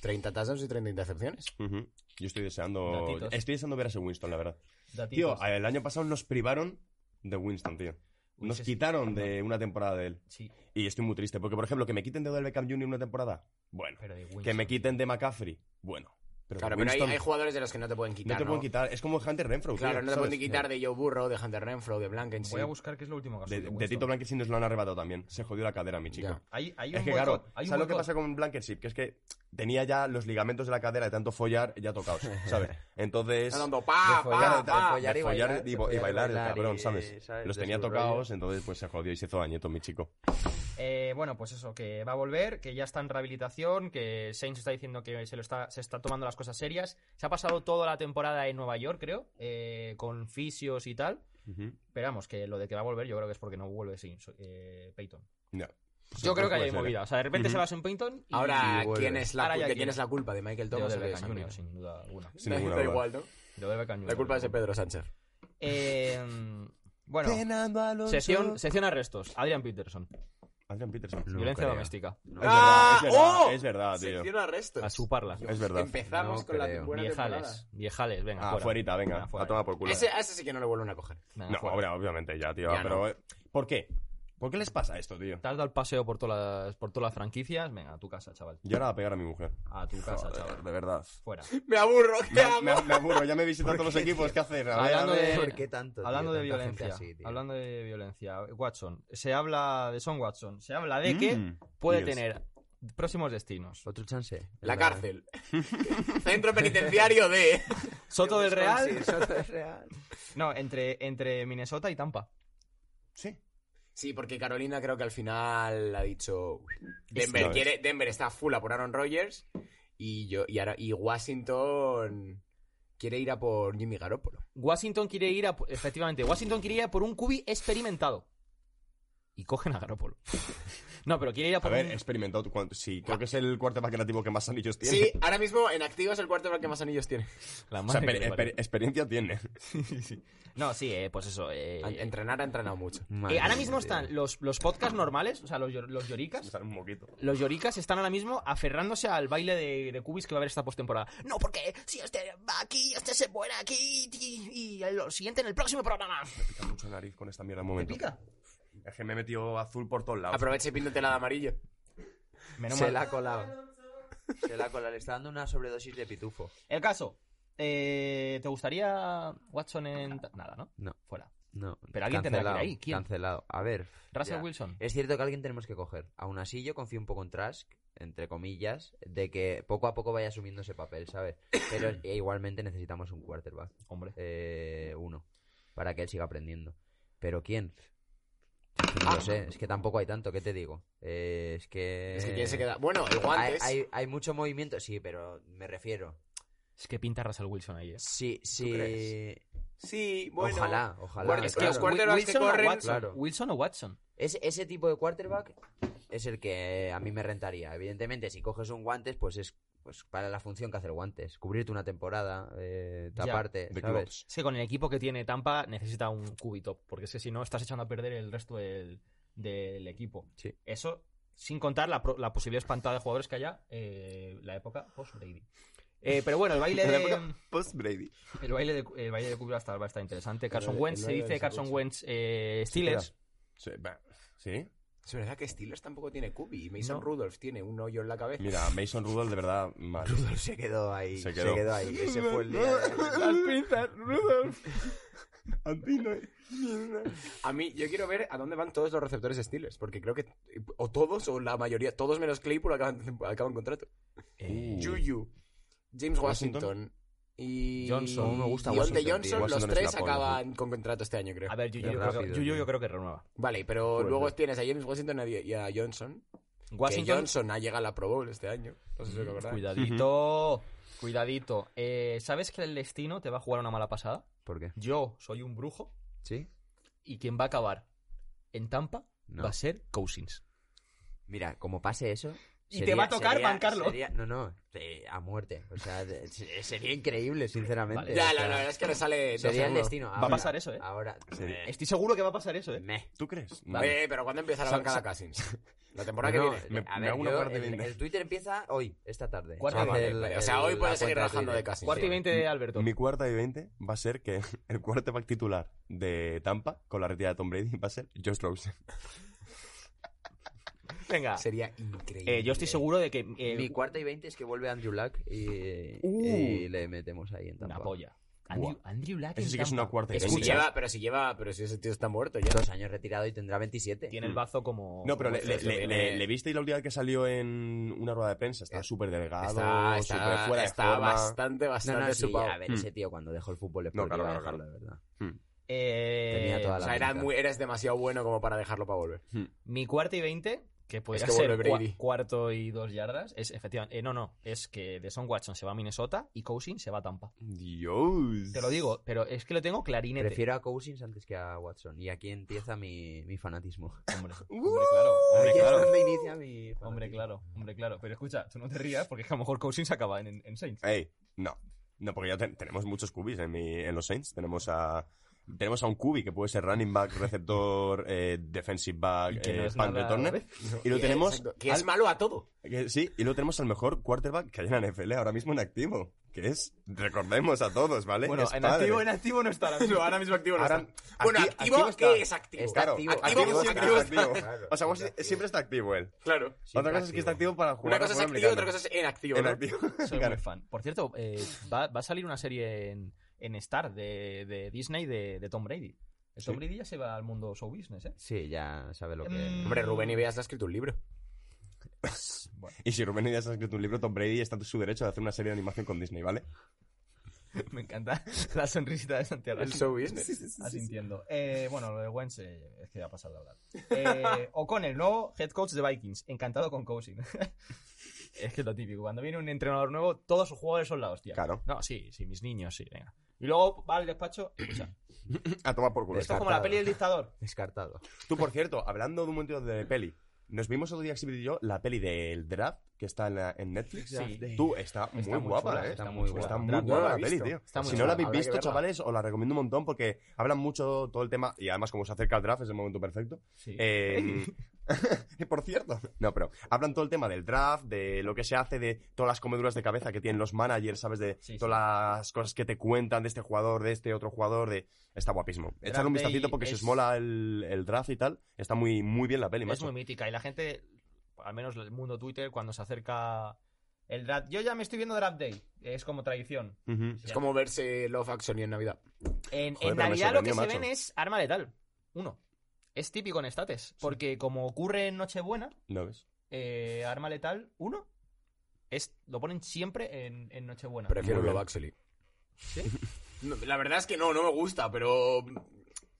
E: 30 touchdowns y 30 intercepciones.
B: Ujú. Yo estoy deseando...
C: Datitos.
B: Estoy deseando ver a ese Winston, la verdad.
C: Datitos.
B: Tío, el año pasado nos privaron de Winston, tío.
C: Uy,
B: Nos
C: ese es-
B: quitaron de una temporada de él.
C: Sí,
B: Y estoy muy triste, porque por ejemplo, que me quiten de Odell Beckham Jr. una temporada, bueno.
C: pero de
B: Que
C: Winston.
B: me quiten de McCaffrey, bueno. Pero
E: Claro,
B: de
E: pero hay,
B: Winston
E: hay jugadores de los que no te pueden
B: no
E: quitar.
B: te
E: ¿no?
B: pueden quitar, es como Hunter Renfro, tío,
E: Claro, no te pueden
B: ¿sabes?
E: quitar de Joe Burrow, de Hunter Renfro, de Blankenship.
C: Voy a buscar qué es lo último que ha
B: De,
C: subido
B: de
C: Winston.
B: Tito Blankenship nos lo han arrebatado también. Se jodió la cadera, mi chico.
E: Ya.
C: Hay, hay un
B: Es que
C: boicot,
B: claro,
C: hay un
B: ¿sabes lo que
C: boicot.
B: pasa con Blankenship? Que es que tenía ya los ligamentos de la cadera de tanto follar ya tocados, ¿sabes? Entonces...
E: Está dando pa,
D: De follar,
E: pa,
D: de
E: pa.
D: follar.
B: de
D: y
B: follar
D: bailar,
B: y,
D: de
B: bo- y
D: follar y
B: bailar, el
D: bailar
B: cabrón,
D: y-
B: ¿sabes?
D: ¿sabes?
B: Los
D: De
B: tenía
D: su rollo.
B: tocados, entonces pues se jodió y se hizo dañeto, mi chico.
C: Eh, bueno, pues eso, que va a volver, que ya está en rehabilitación, que Sainz está diciendo que se, lo está, se está tomando las cosas serias. Se ha pasado toda la temporada en Nueva York, creo, eh, con fisios y tal.
B: Ujú.
C: Esperamos que lo de que va a volver, yo creo que es porque no vuelve sin eh, Peyton.
B: Ya.
C: Yo creo que ahí
B: puede
C: hay
B: ser, ¿eh?
C: movida. O sea, de repente
B: Ujú.
C: se va sin Peyton y
E: Ahora,
D: y vuelve.
E: ¿quién es la,
C: Ahora
E: cul-
C: ya
E: de
C: quién.
E: quién es la culpa? ¿De Michael
C: de
E: Thomas o
C: Odell
E: de
C: Beckham
E: Sam
C: Jr.,
E: Darnold?
C: sin duda alguna.
B: Sin ninguna duda.
E: ¿no?
C: De Odell Beckham
E: La
C: Jr..
E: culpa es de Pedro Sánchez.
C: Eh,
B: pues,
C: bueno, sesión, sesión arrestos. Adrian Peterson.
B: Adrian Peterson.
D: No
C: violencia
D: creo.
C: doméstica.
B: Es,
E: ¡Ah!
B: verdad,
E: ¡Oh!
B: es verdad, es verdad, tío.
E: arrestos.
C: A chuparla.
B: Es verdad.
E: Empezamos
D: No
E: con la
D: creo.
E: buena temporada.
C: Viejales. Viejales, venga.
B: Ah,
C: fuera.
B: fuerita, venga.
C: Venga, fuera.
B: A tomar por culo.
E: Ese, a ese sí que no le vuelven a coger.
C: Venga,
B: No,
C: fuera.
B: hombre, obviamente ya, tío.
E: Ya
B: pero,
E: no.
B: eh, ¿por qué? ¿Por qué les pasa esto, tío?
C: Te has dado el paseo por todas las, por todas las franquicias. Venga, a tu casa, chaval.
B: Y ahora a pegar a mi mujer.
C: A tu casa,
B: Joder,
C: chaval.
B: de verdad.
C: Fuera.
E: Me aburro,
B: Me, me- me aburro, ya me visitan todos los equipos. ¿Qué hacer? A ver,
C: Hablando
B: a ver.
C: de-
D: ¿Por qué tanto? tío?
C: hablando de
D: Tanta gente
C: violencia.
D: así, tío.
C: hablando de violencia. Watson. Se habla de Son Watson. Se habla de que
B: Mm,
C: puede
B: yes.
C: tener próximos destinos.
D: Otro chance.
E: La cárcel. Centro penitenciario de...
C: Soto del Real.
D: Soto del Real.
C: No, entre, entre Minnesota y Tampa.
B: Sí.
E: Sí, porque Carolina creo que al final ha dicho...
B: Ya
E: Denver,
B: ves.
E: quiere, Denver está full a por Aaron Rodgers y, yo, y, ahora, y Washington quiere ir a por Jimmy Garoppolo.
C: Washington quiere ir a, efectivamente, Washington quiere ir a por un cubi experimentado. y cogen a Garópolo. no, pero quiere ir a
B: A
C: por
B: ver,
C: un-
B: experimentado. cuan- Sí, creo que es el cuarto más creativo que más anillos tiene.
E: Sí, ahora mismo en activo es el cuarto que más anillos tiene.
C: la
B: O sea,
C: madre que
B: exper-
C: le parió.
B: exper- experiencia tiene.
C: Sí, sí. No, sí, eh, pues eso. eh,
E: An- Entrenar ha entrenado mucho.
D: Madre
F: Eh, ahora
D: mía,
F: mismo
D: tío.
F: están los, los podcasts normales, o sea, los, yor- los lloricas.
B: Me sale un moquito.
F: Los lloricas están ahora mismo aferrándose al baile de, de Cubis que va a haber esta postemporada. No, porque si este va aquí, este se muere aquí y, y lo siguiente en el próximo programa.
B: Me pica mucho la nariz con esta mierda un momento.
F: pica?
B: Es que me he metido azul por todos lados.
E: Aprovecha y píntate la de amarillo.
F: mal.
E: Se la ha colado.
D: Se la cola, le está dando una sobredosis de pitufo.
F: El caso. eh, ¿Te gustaría Watson en... ta- Nada, ¿no?
D: No.
F: Fuera.
D: No.
F: Pero alguien tendrá que ir
D: cancelado,
F: ahí, ¿quién?
D: Cancelado. A ver.
F: Russell
D: ya.
F: Wilson.
E: Eh.
D: Es cierto que alguien tenemos que coger. Aún así, yo confío un poco en Trask, entre comillas, de que poco a poco vaya asumiendo ese papel, ¿sabes? Pero e igualmente necesitamos un quarterback.
F: Hombre.
D: Eh, uno. Para que él siga aprendiendo. ¿Pero quién? No
E: Ah.
D: lo sé, es que tampoco hay tanto, ¿qué te digo? Eh, es que...
E: Es que quién se queda. Bueno, el guantes.
D: Eh, Hay, hay, hay mucho movimiento, sí, pero me refiero.
C: Es que pinta Russell Wilson ahí, eh.
D: Sí, sí.
E: crees? Sí, bueno.
D: Ojalá, ojalá.
E: Bueno, es que
D: claro.
E: los quarterbacks que
F: Wilson o
E: corren.
F: Watson.
D: Claro.
F: Wilson o Watson.
D: Ese, ese tipo de quarterback es el que a mí me rentaría. Evidentemente, si coges un guantes, pues es pues para la función que hace el guantes. Cubrirte una temporada, eh,
F: Ya.
D: taparte,
B: De
D: ¿sabes?
B: clubs.
C: Es que con el equipo que tiene Tampa necesita un cubito, porque es que si no estás echando a perder el resto del, del equipo.
D: Sí.
C: Eso sin contar la, pro- la posibilidad espantada de jugadores que haya eh, la época post-Brady. Eh, pero bueno, el baile
B: La
C: de,
B: época Post Brady.
C: el baile de, el baile de Cooper va a estar, va a estar interesante. Carson
B: El-
C: Wentz,
B: el
C: se
B: baile
C: dice
B: de
C: Carson
B: Wilson.
C: Wentz eh, Steelers.
B: Sí, va. ¿Sí?
E: Es verdad que Steelers tampoco tiene Kubi. Y Mason
C: No.
E: Rudolph tiene un hoyo en la cabeza.
B: Mira, Mason Rudolph de verdad mal.
D: Rudolph se quedó ahí.
B: Se
D: Se
B: quedó.
D: quedó, ahí. Ese fue el día. de-
E: A mí, yo quiero ver a dónde van todos los receptores Steelers. Porque creo que o todos o la mayoría, todos menos Claypool acaban, acaban contrato.
C: Eh,
B: Uh.
E: Juju, James
B: Washington.
E: Washington, y
C: Johnson. No me
D: gusta
E: y Dionte
D: Washington,
E: Johnson,
D: tío.
E: los
B: Washington es
E: tres
B: la polla,
E: acaban con contrato este año,
B: Uh,
E: creo.
C: a ver, Juju,
D: Qué
C: yo, creo que-
D: rápido,
C: Juju
D: tío.
C: yo creo que renueva.
E: Vale, pero
D: Fuerte.
E: luego tienes a James Washington y a- y a Johnson. Que
C: Washington,
E: Johnson ha llegado a la Pro Bowl este año. No sé si os acordáis.
C: cuidadito, cuidadito. Eh, ¿Sabes que el destino te va a jugar una mala pasada?
D: ¿Por qué?
C: Yo soy un brujo
D: ¿Sí?
C: y quien va a acabar en Tampa
D: No.
C: va a ser Cousins.
D: Mira, como pase eso.
F: Y te va a tocar bancarlo.
D: sería- no, no, eh, a muerte. O sea, de- se- sería increíble, sinceramente.
C: Vale.
E: Ya,
D: O
E: la,
D: sea,
E: la verdad es que no sale. no
D: Sería el
E: seguro.
D: destino.
B: Va
D: Ahora,
B: a
F: pasar eso, ¿eh?
D: Ahora.
B: Sería-
D: eh,
F: Estoy seguro que va a pasar eso, ¿eh?
D: meh.
B: ¿Tú crees?
E: Eh, pero ¿cuándo empieza la
B: Sa-
E: bancada
B: sa-
E: Cousins? La temporada
D: No,
E: que viene.
B: Me-
D: a
B: me
D: ver,
B: hago una
D: yo-
B: parte
D: el,
B: de-
D: el Twitter empieza hoy, esta tarde.
C: Cuarto
D: O sea,
C: de-
E: Vale,
D: el-
E: vale. o sea, hoy
D: el- la
E: puedes seguir
D: cuenta
E: rajando de
D: Twitter.
E: Cousins.
C: Cuarto y
E: Sí.
C: veinte de Alberto.
B: Mi cuarta y 20 va a ser que el quarterback titular de Tampa con la retirada de Tom Brady va a ser Josh Rosen.
C: Venga.
E: Sería increíble.
C: Eh, yo estoy seguro de que eh,
D: Mi cuarta y veinte es que vuelve Andrew Luck y,
C: Uh.
D: y le metemos ahí en
C: una
D: Tampa.
C: polla. Andrew, Andrew Luck
B: Eso
C: en
B: sí que es
C: Tampa.
B: una cuarta y
E: Pero
B: 20.
E: si lleva, pero si lleva, pero si ese tío está muerto ya.
D: Dos años retirado y tendrá 27.
C: Tiene el bazo como.
B: No, pero
C: como ¿eh?
B: le, le,
C: Celso.
B: le- le- le visteis la última vez que salió en una rueda de prensa. Está
E: Eh,
B: súper
E: Está,
B: delgado,
E: está-
B: súper fuera de
E: está
B: forma.
E: bastante,
D: No,
E: bastante
D: no, sí,
E: chupado.
D: a ver,
B: Mm.
D: ese tío cuando dejó el fútbol es
B: No,
D: porque
B: claro,
D: iba a
B: claro,
D: dejarlo, de verdad.
C: Eh,
D: Tenía toda
E: O
D: la
E: sea, era
D: pinta.
E: muy- eras demasiado bueno como para dejarlo para volver.
C: Mi cuarta y veinte, que podría
E: que
C: ser
E: vuelve
C: cua-
E: Brady.
C: cuarto y dos yardas, es efectivamente. eh, no, no. Es que de Son Watson se va a Minnesota y Cousins se va a Tampa.
B: Dios.
C: Te lo digo, pero es que lo tengo clarinete.
D: Prefiero a Cousins antes que a Watson. Y aquí empieza mi, mi fanatismo.
C: Hombre, hombre, claro. Hombre,
D: Aquí es
C: claro.
D: donde inicia mi fanatismo.
C: Hombre, claro, hombre, claro. Pero escucha, tú no te rías porque es que a lo mejor Cousins acaba en, en Saints.
B: Ey, no. No, porque ya ten- tenemos muchos cubis en, mi- en los Saints. Tenemos a. Tenemos a un cubi que puede ser running back, receptor, eh, defensive back,
C: Y que no
B: eh,
C: es
B: punt
C: nada-
B: returner. Y lo
E: Que-
B: tenemos.
E: exacto, Que es
B: al-
E: malo a todo.
B: que- sí, y lo tenemos al mejor quarterback que hay en la NFL ahora mismo en activo. Que es, recordemos a todos, ¿vale?
C: Bueno,
B: Es
C: en
B: padre.
C: activo, en activo no está ahora mismo.
E: ahora mismo activo
B: Ahora-
E: Bueno,
B: acti-
E: activo,
B: está.
E: ¿qué es activo?
D: Está
B: Claro,
D: activo,
B: activo,
D: activo,
B: siempre
D: activo,
B: está activo.
D: claro.
B: O sea, vos
D: Siempre
B: siempre está activo él.
E: Claro.
D: Siempre
B: otra cosa es que está activo para jugar.
E: Una cosa es
B: al
E: activo,
B: fútbol
E: otra cosa
B: americano.
E: es inactivo. ¿no?
B: En activo.
C: Soy
B: Claro.
C: muy fan. Por cierto, eh, va, va a salir una serie en, en Star de, de Disney de, de Tom Brady. El Tom
B: Sí.
C: Brady ya se va al mundo show business, ¿eh?
D: Sí, ya sabe lo que...
C: Mm.
E: Hombre, Rubén Ibeas ha escrito un libro.
C: Bueno,
B: Y si Rubén Díaz ha escrito un libro, Tom Brady está en su derecho de hacer una serie de animación con Disney, ¿vale?
C: me encanta la sonrisita de Santiago.
E: El show business.
C: Asintiendo. Eh, bueno, lo de Wentz eh, es que ya ha pasado de hablar. Eh, O'Connell, nuevo head coach de Vikings. Encantado con coaching. es que es lo típico. Cuando viene un entrenador nuevo, todos sus jugadores son la hostia.
B: Claro.
C: No, sí, sí, mis niños, sí, venga. Y luego va al despacho. Escucha,
B: A tomar por culo.
C: esto es como la peli del dictador.
D: Descartado.
B: Tú, por cierierto, hablando de un momento de peli, nos vimos otro día, Exhibit y yo, la peli del Draft, que está en, la- en Netflix.
C: Sí.
B: Tú, está muy
D: muy
B: guapa,
D: chula,
B: ¿eh?
D: está muy guapa.
B: Está muy
E: Draft, no
B: guapa
E: la
B: la
E: he
B: peli,
E: visto.
B: tío.
C: Está muy
B: si no
C: chula,
B: la habéis
E: habrá que
B: visto,
E: verla.
B: chavales, os la recomiendo un montón porque hablan mucho todo el tema y además como se acerca el draft es el momento perfecto.
C: Sí.
B: Eh, por cierto, no, pero hablan todo el tema del draft, de lo que se hace, de todas las comeduras de cabeza que tienen los managers, ¿sabes? De
C: Sí, sí.
B: todas las cosas que te cuentan de este jugador, de este otro jugador, de... Está guapísimo. Echadle un
C: Day
B: vistacito porque si os
C: es-
B: mola el, el draft y tal, está muy, muy bien la peli,
C: Es
B: macho.
C: muy mítica. Y la gente, al menos el mundo Twitter, cuando se acerca el draft. Yo ya me estoy viendo Draft Day. Es como tradición.
B: Ujú.
E: Es como verse Love Actually en Navidad.
C: En, en
B: Joder, pero me
C: realidad lo que
B: sorprendió,
C: se ven
B: macho.
C: es arma letal. Uno. Es típico en estates. Porque como ocurre en Nochebuena,
B: ¿No ves?
C: eh, arma letal, uno. Es, lo ponen siempre en, en Nochebuena.
E: Prefiero
B: Muy bien.
E: Love Actually. No, la verdad es que no, no me gusta, pero.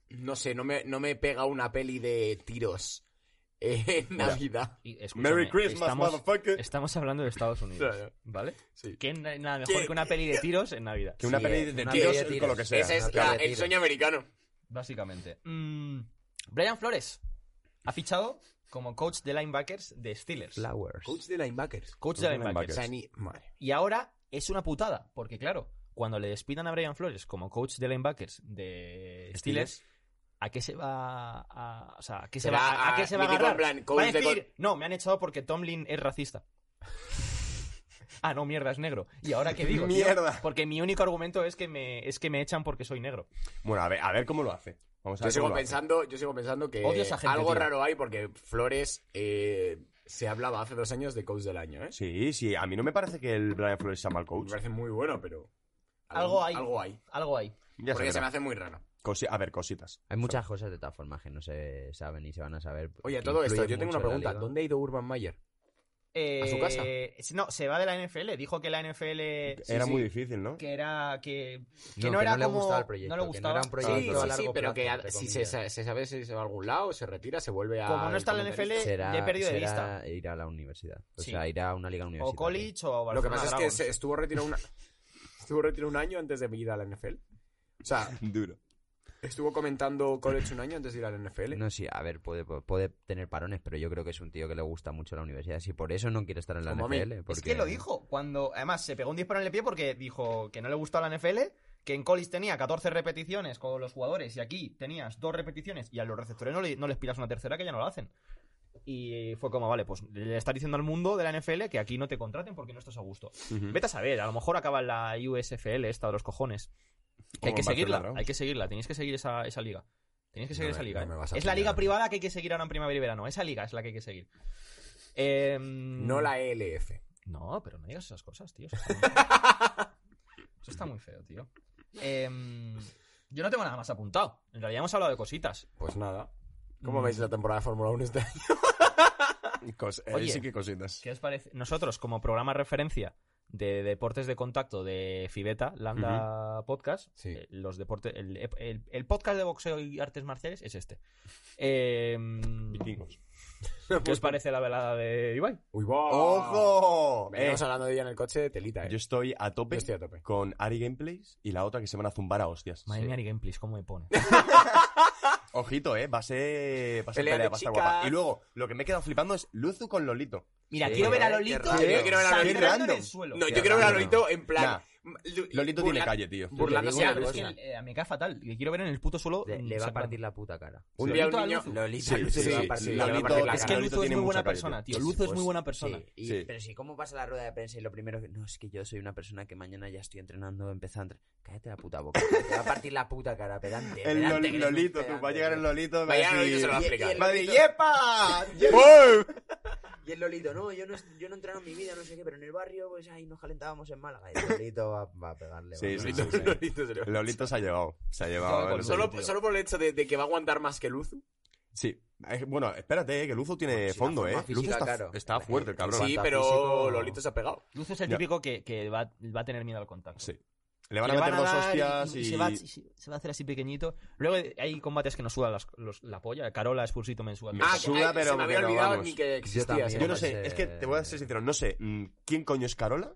E: No sé, no me, no me pega una peli de tiros en Navidad.
C: Y, escúchame,
B: Merry Christmas,
C: estamos,
B: motherfucker.
C: estamos hablando de Estados Unidos.
E: Claro.
C: ¿Vale?
E: Sí.
C: Que na- nada mejor
E: ¿Qué?
C: que una peli de tiros en Navidad.
B: Que una
D: Sí,
B: peli
D: eh,
B: de, de
D: una
B: tiros,
D: peli de
B: con
D: tiros.
B: lo que sea.
E: Ese
D: una
E: es
D: peli
E: la-
D: de
E: el
D: tiros.
E: sueño americano.
C: Básicamente. Mm, Brian Flores ha fichado como coach de linebackers de Steelers.
D: Flowers.
E: de linebackers.
C: Coach de
B: Coach Pues de
C: linebackers.
E: O sea, ni- madre.
C: Y ahora es una putada, porque claro, cuando le despidan a Brian Flores como coach de linebackers de Steelers, ¿a qué se va a, o sea, ¿a qué se
E: Será
C: va a, a
E: a-
C: qué se va a
E: mítico en
C: agarrar?
E: plan,
C: va a
E: coach de
C: decir, no, me han echado porque Tomlin es racista. Ah, no, mierda, es negro. ¿Y ahora qué digo? tío?
B: Mierda.
C: Porque mi único argumento es que me, es que me echan porque soy negro.
B: Bueno, a ver, a ver cómo lo hace. Vamos a
E: Yo
B: ver cómo
E: sigo,
B: lo hace.
E: pensando, yo sigo pensando que
C: Odio esa gente,
E: algo
C: tío.
E: raro hay porque Flores eh, se hablaba hace dos años de coach del año, ¿eh?
B: Sí, sí, a mí no me parece que el Brian Flores sea mal
E: Me
B: coach.
E: parece muy bueno, pero.
C: Algo hay.
E: Algo hay.
C: Algo ahí.
B: Ya se
E: porque se
B: verá.
E: me hace muy raro.
B: Cosi- a ver, cositas.
D: Hay muchas cosas de todas formas que no se saben ni se van a saber.
E: Oye, a
D: que
E: todo esto, yo
D: influyen
E: tengo
D: mucho
E: una
D: en la
E: pregunta.
D: liga.
E: ¿Dónde ha ido Urban Mayer?
C: Eh,
E: su casa?
C: No, se va de la NFL. Dijo que la NFL
B: Era
C: sí,
B: muy
C: sí,
B: difícil, ¿no?
C: que era que, que
D: No,
C: no,
D: que
C: era
D: no le
C: como
D: gustaba el
C: no
D: proyecto,
C: le
D: que no era
C: gustaba.
D: un proyecto
E: sí,
D: Pues a
E: sí, sí,
D: largo
E: pero que
D: plazo,
E: a-
D: entre
E: si se,
D: comillas.
E: se se sabe si se va a algún lado, se retira, se vuelve a. este-
C: Como no está en la NFL,
D: será,
C: ya he perdido de
D: será
C: vista.
D: ir a la universidad. O
C: Sí.
D: sea, ir a una liga
C: o
D: universitaria.
C: college o
E: Lo que
C: Barcelona
E: pasa es que
C: Dragons.
E: se estuvo retirado una- estuvo retirado un año antes de ir a la NFL. O sea,
B: Duro.
E: estuvo comentando college un año antes de ir a la NFL.
D: No, sí, a ver, puede, puede tener parones, pero yo creo que es un tío que le gusta mucho la universidad. Si por eso no quiere estar en la
E: Como a mí.
D: NFL. Porque...
C: Es que lo dijo cuando, además, se pegó un disparo en el pie porque dijo que no le gustaba la NFL, que en college tenía 14 repeticiones con los jugadores y aquí tenías dos repeticiones y a los receptores no, le- no les pidas una tercera que ya no lo hacen. Y fue como, vale, pues le está diciendo al mundo de la NFL que aquí no te contraten porque no estás a gusto.
E: Mm.
C: Vete a saber, a lo mejor acaba en la USFL esta de los cojones. Que hay
B: Como
C: que
B: en
C: seguirla,
B: Barcelona, ¿no?
C: hay que seguirla, tenéis que seguir esa, esa liga. Tenéis que seguir
E: No me-
C: esa liga.
E: no me
C: ¿eh?
E: vas a
C: es la liga
E: pillar.
C: privada que hay que seguir ahora en primavera y verano. Esa liga es la que hay que seguir. Em,
E: No la E ELF.
C: no, pero no digas esas cosas, tío. Eso está muy, Eso está muy feo, tío. Em, yo no tengo nada más apuntado. En realidad hemos hablado de cositas.
E: Pues nada. ¿Cómo
C: Mm.
E: veis la temporada de Fórmula 1 este año?
B: Cos- eh,
C: Oye.
B: sí que cositas.
C: ¿Qué os parece? Nosotros, como programa referencia de deportes de contacto de Fibeta, Landa Podcast,
E: Sí.
C: eh, los deportes, el, el- el podcast de boxeo y artes marciales es este. Em,
B: Vikingos.
C: ¿Qué os parece la velada de Ibai?
E: ¡Uy, va!
B: ¡Ojo! Eh,
E: Venimos hablando de ella en el coche, telita, eh.
B: yo estoy a tope
E: Yo estoy a tope.
B: con Ari Gameplays y la otra que se van a zumbar a hostias.
C: Madre mía, Ari Gameplays, ¿cómo me pone?
B: Ojito, eh. Va a ser. Va a ser
E: Pelea
B: pelea,
E: de
B: va a
E: chicas.
B: estar guapa. Y luego, lo que me he quedado flipando es Luzu con Lolito.
C: Mira,
D: Sí,
C: quiero ver a
D: qué
C: Lolito
D: raro.
E: Yo quiero ver a Lolito.
C: sangrando en
B: Random.
C: el suelo.
E: No,
D: Qué
E: yo quiero ver a
D: raro.
E: Lolito en
B: Nah.
E: plan. Lu-
B: Lolito tiene
E: burla-
B: calle, tío.
E: Burlándose
D: Te
E: de
D: digo
C: Pero
D: una
E: algo.
C: es que eh, me cae fatal. Le quiero ver en el puto suelo.
D: Le,
C: mm,
D: le va a
C: sangrando.
D: partir la puta cara.
E: Un
C: Sí.
E: día un
C: Lolito a
E: niño.
C: Luzu.
D: Lolita,
B: Sí, sí,
E: le va a
B: sí.
E: partir la
B: Lolito-
E: cara.
C: Es
E: Es
B: Lolito
C: que Luzo es
B: tiene
C: muy
B: mucha
C: buena
B: calle,
C: persona, tío.
D: Sí,
C: Luzo es
D: pues,
C: muy buena persona.
D: sí, y-
B: Sí.
D: Pero si, ¿cómo pasa la rueda de prensa? Y lo primero que. No, es que yo soy una persona que mañana ya estoy entrenando, empezando. Cállate la puta boca. tío, Te va a partir la puta cara, pedante.
B: El
D: pedante,
B: Lol-
D: que eres un
B: Lolito, tú.
D: pedante,
B: Va a llegar el
D: tío.
B: Lolito. Va
E: Vaya,
B: a
E: Lolito se
B: decir.
E: lo va a explicar.
B: Va a decir, ¡Yepa! ¡Wow!
D: Y el Lolito, no, yo no, est- yo no entreno en mi vida, no sé qué, pero en el barrio, pues ahí nos calentábamos en Málaga. Y el Lolito va, va a pegarle.
B: Sí,
D: va a
B: sí,
D: pegarle.
B: sí, sí.
E: Lolito se le va.
B: Lolito se ha llevado. Se ha
C: Yo con
B: llevado. el-
C: Lolito.
E: Solo, solo por el hecho de, de que va a aguantar más que Luzu.
B: Sí. Eh, Bueno, espérate, eh, que Luzu tiene
D: Sí, la
B: fondo,
D: forma
B: ¿eh?
D: física,
B: Luzu está,
D: claro.
B: está fuerte, el cabrón.
E: Sí,
D: aguanta
E: pero
D: físico.
E: Lolito se ha pegado.
C: Luzo es el
B: Ya.
C: típico que, que va, va a tener miedo al contacto.
B: Sí. Le van a
C: Le
B: meter dos
C: dar y-
B: hostias y...
C: Se, va, se- se va a hacer así pequeñito. Luego hay combates que nos sudan las- los- la polla. Carola, expulsito mensual.
B: Me suda,
E: ay,
B: pero
E: se me había
B: que no,
E: olvidado
B: vamos.
E: ni que existía.
D: también.
E: ese
B: Yo no
E: combate.
B: sé, es que te voy a ser sincero, no sé mm, quién coño es Carola,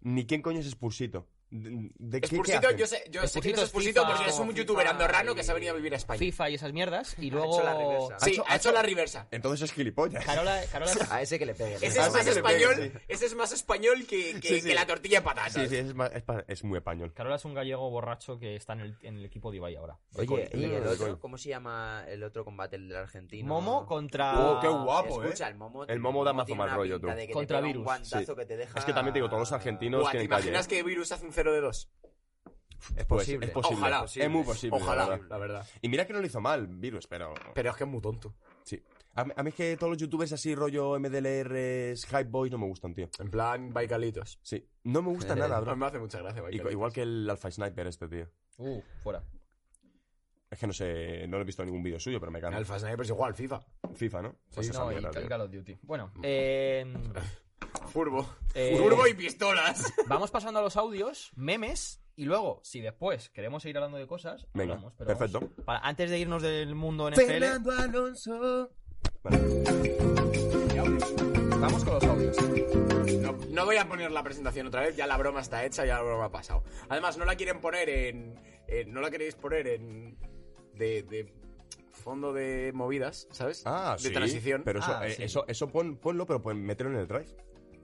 B: ni quién coño es Spursito. ¿De, de qué, qué
E: Expursito,
B: hacen?
E: yo sé, yo sé quién
C: Expursito
E: es
C: es
E: Expursito
C: FIFA,
E: porque es un
D: FIFA
E: youtuber andorrano que se ha
D: y-
E: venido a vivir a España.
C: FIFA y esas mierdas. Y
D: Ha
C: luego.
D: hecho la reversa.
E: Sí, ha
B: hecho-
E: hecho,
B: ha hecho-
E: la reversa.
B: Entonces es gilipollas.
C: Carola, Carola es-
D: A ese que le pegue.
E: Ese
B: Ah,
E: es
B: sí
E: más
B: que le pega,
E: español,
B: sí.
E: ese es más español que, que,
B: Sí, sí.
E: que la tortilla de patatas.
B: Sí, sí, es, ma- es pa- es muy español.
A: Carola es un gallego borracho que está en el, en el equipo de Ibai ahora.
D: Oye,
B: El
D: ¿y
B: de
D: el
B: gol, el
D: otro?
B: gol.
D: ¿Cómo se llama el otro combate el del argentino?
C: Momo contra.
B: Oh, qué guapo,
D: Escucha,
B: eh.
D: el Momo.
B: El Momo da mazo
D: tiene
B: mal
D: una
B: rollo,
D: pinta
B: tú.
D: de que te
C: Contra
D: pega un
C: virus.
D: guantazo
B: Sí.
D: que te deja-
B: Es que también te digo, todos los argentinos
E: Buah, ¿te
B: tienen calle.
E: imaginas que Virus hace un 0 de 2?
B: Es
D: posible.
B: es posible.
E: Ojalá.
B: Es muy posible. la
E: Ojalá,
B: verdad.
E: la verdad.
B: Y mira que no lo hizo mal, Virus, pero.
E: Pero es que es muy tonto.
B: Sí. A, mí- a mí es que todos los youtubers así, rollo MDLRs, Hype Boys, no me gustan, tío.
E: En plan, Baikalitos.
B: Sí. No me gusta nada,
E: No
B: bro.
E: me hace mucha gracia,
B: Ico-
E: Baikalitos.
B: Igual que el Alpha Sniper este, tío.
A: Uh, fuera.
B: Es que no sé, no lo he visto en ningún vídeo suyo, pero me
E: En
B: encanta.
E: Alpha Sniper es igual, FIFA.
B: FIFA, ¿no? Pues esa
A: no, y
B: mierda, tío. Mm.
A: Call of Duty. Bueno,
C: Eh,
E: Furbo.
C: eh,
E: Furbo y pistolas.
C: Vamos pasando a los audios, memes. Y luego, si después queremos seguir hablando de cosas,
B: Venga,
C: hablamos, pero vamos.
B: perfecto.
C: Para- antes de irnos del mundo NFL,
B: Alonso. Vale.
C: vamos con los audios.
E: No, no voy a poner la presentación otra vez, ya la broma está hecha, ya la broma ha pasado. Además, no la quieren poner en. en- no la queréis poner en. de. de fondo de movidas, ¿sabes?
B: Ah,
E: de
B: sí.
E: transición.
B: Pero eso,
C: Ah,
B: eh,
C: sí.
B: eso, eso pon- ponlo, pero pon- mételo en el drive.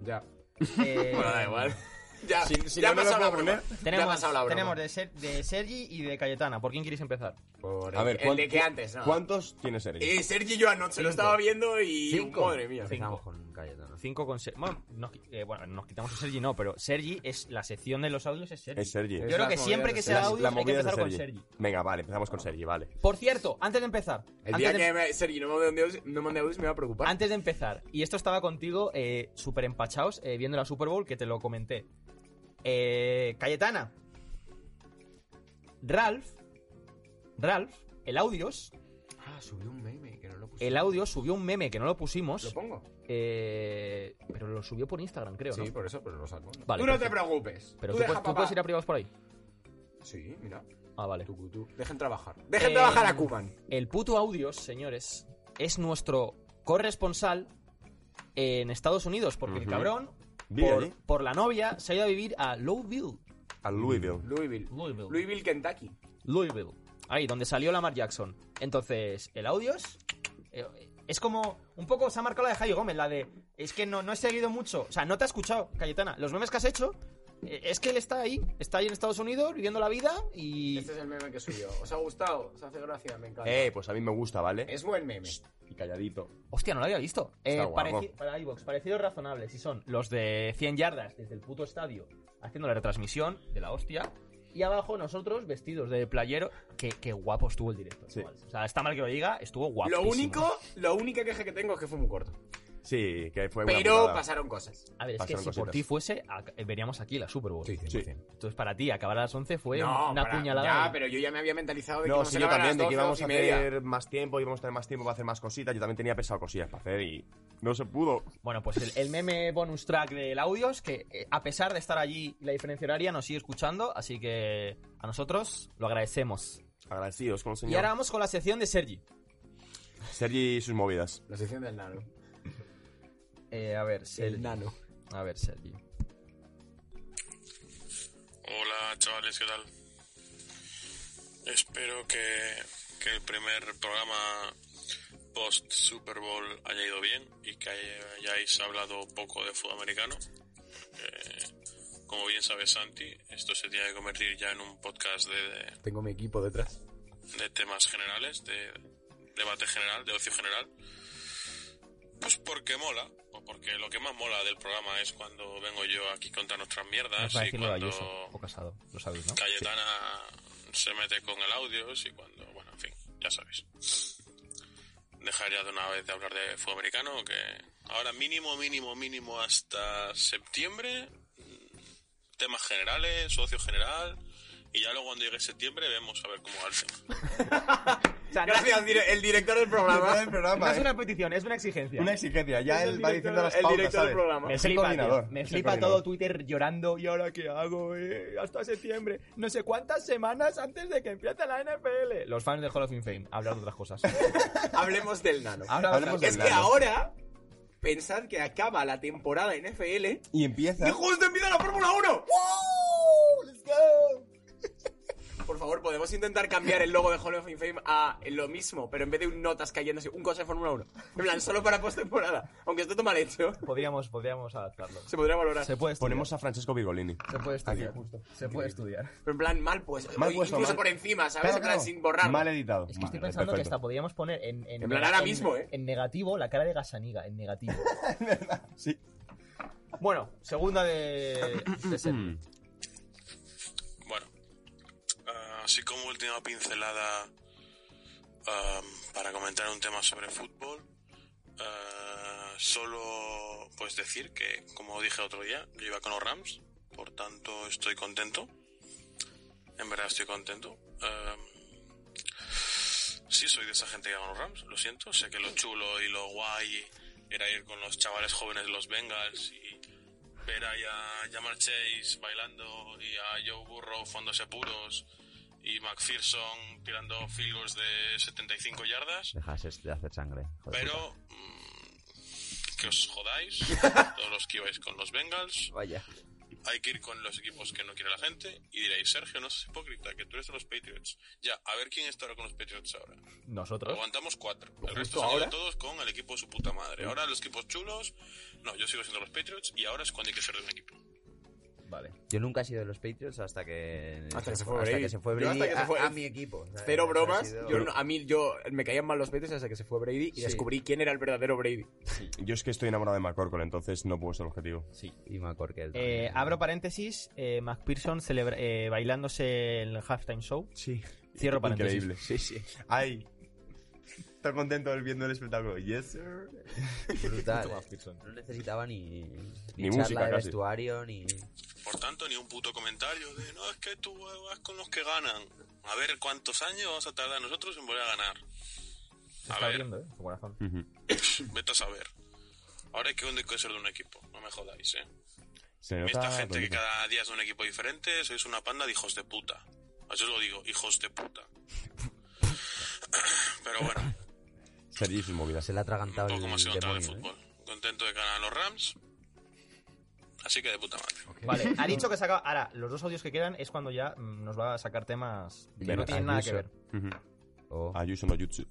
E: Ya.
C: Eh,
E: Bueno, da igual. Ya,
B: Si- si
E: Ah, ya
B: no, no
E: ha
B: lo
E: pasado la
B: puedo
E: broma. ya ha
C: Tenemos,
E: pasado la broma.
C: tenemos de, Ser- de Sergi y de Cayetana. ¿Por quién quieres empezar?
E: Por el,
B: A ver,
E: el
B: ¿cuán-
E: de que antes, ¿no?
B: ¿cuántos tienes, Sergi?
E: Ah. Eh, Sergi y yo anoche lo estaba viendo y. Madre mía.
D: Empezamos con Cayetano.
C: 5 con Sergi. Bueno, nos, qui- eh, bueno, nos quitamos a Sergi, no, pero Sergi es la sección de los audios, es Sergi.
B: Es Sergi.
C: Yo
E: Es
C: creo
E: las
C: que siempre
E: movidas
C: que
E: de
C: sea
E: Sergi.
C: audio hay que
B: movidas de
C: empezar con Sergi.
B: Venga, vale, empezamos con Sergi, vale.
C: Por cierto, antes de empezar,
E: El
C: antes
E: día
C: de-
E: que me- Sergi no me mandé no mande audios me va a preocupar.
C: Antes de empezar, y esto estaba contigo eh, súper empachados eh, viendo la Super Bowl, que te lo comenté. Eh, Cayetana. Ralph. Ralph, el audios.
E: Ah, subió un meme que no lo puse.
C: El audio subió un meme que no lo
E: ¿Lo
C: pusimos.
E: pongo?
C: eh, pero lo subió por Instagram, creo, ¿no?
E: Sí, por eso, pero lo saco.
C: Vale,
E: tú no
C: perfecto.
E: te preocupes.
C: Pero
E: tú
C: tú,
E: deja
C: puedes- tú
E: papá.
C: puedes ir a privados por ahí.
E: Sí, mira.
C: Ah, vale.
E: Tú, tú. Dejen trabajar. Dejen
C: Eh,
E: trabajar a Kuman.
C: El puto audios, señores, es nuestro corresponsal en Estados Unidos, porque el
B: Ujú.
C: cabrón,
B: Vive
C: por,
B: allí,
C: por la novia, se ha ido a vivir a Louisville.
B: a Louisville.
E: Louisville.
C: Louisville.
E: Louisville, Kentucky.
C: Louisville. Ahí, donde salió Lamar Jackson. Entonces, el audios eh, es como. Un poco se ha marcado la de Javi Gómez, la de. Es que no, no he seguido mucho. O sea, no te ha escuchado, Cayetana. Los memes que has hecho. eh, Es que él está ahí, está ahí en Estados Unidos viviendo la vida y.
E: Este es el meme que subió. ¿Os ha gustado? ¿Os hace gracia? Me encanta.
B: Eh, pues a mí me gusta, ¿vale?
E: Es buen meme.
B: Y calladito.
C: Hostia, no lo había visto. Eh,
B: Está guapo.
C: pareci- para iVoox, parecidos razonables. Y son los de 100 yardas desde el puto estadio haciendo la retransmisión de la hostia. Y abajo nosotros vestidos de playero. Qué, qué guapo estuvo el directo.
B: Sí.
C: chaval. O sea, está mal que lo diga, estuvo guapo.
E: Lo único, la única queja que tengo es que fue muy corto.
B: Sí, que fue una
E: Pero
B: putada.
E: pasaron cosas.
C: A ver, es que
B: Pasaron
C: si por
B: cositas.
C: ti fuese, a- veríamos aquí la Super Bowl.
B: Sí.
C: Entonces, para ti, acabar a las 11 fue
E: No,
C: una
E: para-
C: puñalada.
E: Ya, pero yo ya me había mentalizado de que
B: No,
E: íbamos
B: sí,
E: a
B: yo
E: acabar
B: también, de
E: las
B: que
E: 12,
B: íbamos a
E: 12 y media.
B: hacer más tiempo, íbamos a tener más tiempo para hacer más cositas. Yo también tenía pensado cosillas para hacer y no se pudo.
C: Bueno, pues el, el meme bonus track del audio es que, eh, a pesar de estar allí y la diferencia horaria, nos sigue escuchando. Así que a nosotros lo agradecemos.
B: Agradecidos con el señor
C: Y ahora vamos con la sección de Sergi.
B: Sergi y sus movidas.
E: La sección del nano.
C: Eh, a ver, Sergi.
E: El nano.
C: A ver, Sergi.
G: Hola chavales, ¿qué tal? Espero que, que el primer programa post Super Bowl haya ido bien y que haya- hayáis hablado poco de fútbol americano. Eh, como bien sabe Santi, esto se tiene que convertir ya en un podcast de,
E: Tengo mi equipo detrás.
G: de temas generales, de debate general, de ocio general. Pues porque mola, o porque lo que más mola del programa es cuando vengo yo aquí contar nuestras mierdas
C: Va a
G: y
C: decirlo de
G: cuando
C: Ayuso o Casado, lo sabéis, ¿no?
G: Cayetana se mete con el audio y cuando, bueno, en fin, ya sabéis. Dejaría de una vez de hablar de fútbol americano, que ahora mínimo, mínimo, mínimo hasta septiembre, mm, temas generales, socio general, y ya luego cuando llegue septiembre vemos a ver cómo va el tema.
E: Gracias, dire- el director del programa.
C: No es una petición, es una exigencia.
B: ¿eh? Una exigencia, ya él va diciendo las
E: el
B: pautas,
E: director del
B: ¿sabes?
E: programa.
C: Me
B: Es el
C: flipa, tío.
B: coordinador,
C: Me
B: es el
C: flipa todo
B: coordinador.
C: Twitter llorando. ¿Y ahora qué hago? eh? Hasta septiembre. No sé cuántas semanas antes de que empiece la NFL. Los fans de Hall of Fame hablan de otras cosas.
E: Hablemos del nano.
C: Ahora
B: Hablemos del
E: es que
B: nano.
E: ahora, pensad que acaba la temporada NFL
B: Y
E: y
B: empieza...
E: justo empieza la Fórmula 1. por favor, podemos intentar cambiar el logo de Hall of Fame a lo mismo, pero en vez de un notas cayéndose, un cosa de Fórmula 1. En plan, solo para postemporada. Aunque esté todo mal hecho,
A: Podríamos, podríamos adaptarlo.
E: se podría valorar.
A: Se puede estudiar.
B: Ponemos a Francesco Bigolini.
A: Se puede estudiar.
B: Aquí, justo.
A: Se puede estudiar.
E: Pero en plan, mal pues.
B: Mal
E: o
B: puesto,
E: incluso
B: mal.
E: por encima, ¿sabes?
B: Claro,
E: en plan,
B: claro.
E: sin borrarlo.
B: Mal editado.
C: Es que estoy
B: Vale,
C: pensando que hasta
B: perfecto.
C: podríamos poner en, en,
E: En plan, ahora
C: en-
E: mismo, ¿eh?
C: en negativo la cara de Gasaniga, en negativo.
B: Sí.
A: Bueno, segunda de. de serie.
B: Mm.
G: Bueno, ah, así como última pincelada ah, para comentar un tema sobre fútbol, ah, solo pues decir que, como dije otro día, yo iba con los Rams, por tanto estoy contento. En verdad estoy contento. Ah, sí, soy de esa gente que va con los Rams, lo siento. Sé que lo chulo y lo guay era ir con los chavales jóvenes de los Bengals y ver ahí a Jamar Chase bailando y a Joe Burrow fondos apuros y McPherson tirando field goals de 75 yardas,
D: Dejas este de hacer sangre. hijo de puta.
G: pero mm, que os jodáis, todos los que ibais con los Bengals,
D: Vaya.
G: hay que ir con los equipos que no quiere la gente y diréis, Sergio, no seas hipócrita, que tú eres de los Patriots. Ya, a ver quién está ahora con los Patriots ahora.
A: Nosotros.
G: Aguantamos cuatro. El
E: Justo
G: resto se han ido
E: ahora.
G: todos con el equipo de su puta madre. Ahora los equipos chulos, no, yo sigo siendo los Patriots y ahora es cuando hay que ser de un equipo.
A: Vale.
D: Yo nunca he sido de los Patriots hasta que.
E: Hasta que se fue Brady.
D: que se fue
E: Yo hasta
D: Brady
E: que se
D: a-
E: fue-
D: a, mi equipo. ¿sabes?
E: Cero
D: Eso ha
E: bromas.
D: sido-
E: Yo no- a mí yo me caían mal los Patriots hasta que se fue Brady y
A: Sí.
E: descubrí quién era el verdadero Brady.
B: Yo es que estoy enamorado de McCorkle, entonces no puedo ser objetivo.
A: Sí.
D: Y McCorkle.
C: Eh, abro paréntesis, eh, McPherson celebra- eh, bailándose en el halftime show.
B: Sí.
C: Cierro paréntesis.
B: Increíble. Sí, sí. Ay. Estoy contento viendo el espectáculo. Yes, sir.
D: Brutal.
A: Thomas Pearson.
D: No necesitaba ni.
B: Ni
D: charla
B: música,
D: de
B: casi.
D: vestuario, ni.
G: Por tanto, ni un puto comentario de no, es que tú vas con los que ganan. A ver cuántos años vamos a tardar nosotros en volver a ganar.
A: Se
G: A
A: está
G: ver,
A: abriendo, eh, su corazón.
G: vete a saber. Ahora hay que unir con ser de un equipo, no me jodáis, eh.
B: Se nota.
G: Esta gente que
B: bonito.
G: cada día es de un equipo diferente, sois una panda de hijos de puta. Así os lo digo, hijos de puta. Pero bueno,
B: Sergi y sus movidas.
D: Se le ha
G: un
D: atragantado el
G: poco más se nota de
D: demonio, ¿eh?
G: fútbol. Contento de ganar los Rams. Así que de puta madre.
C: Vale, ha dicho que saca. Ahora, los dos audios que quedan es cuando ya mm, nos va a sacar temas que
D: Bueno,
C: no tienen nada que
D: Ayuso.
C: ver.
B: Ujú.
D: Oh.
B: Ayuso no Jutsu.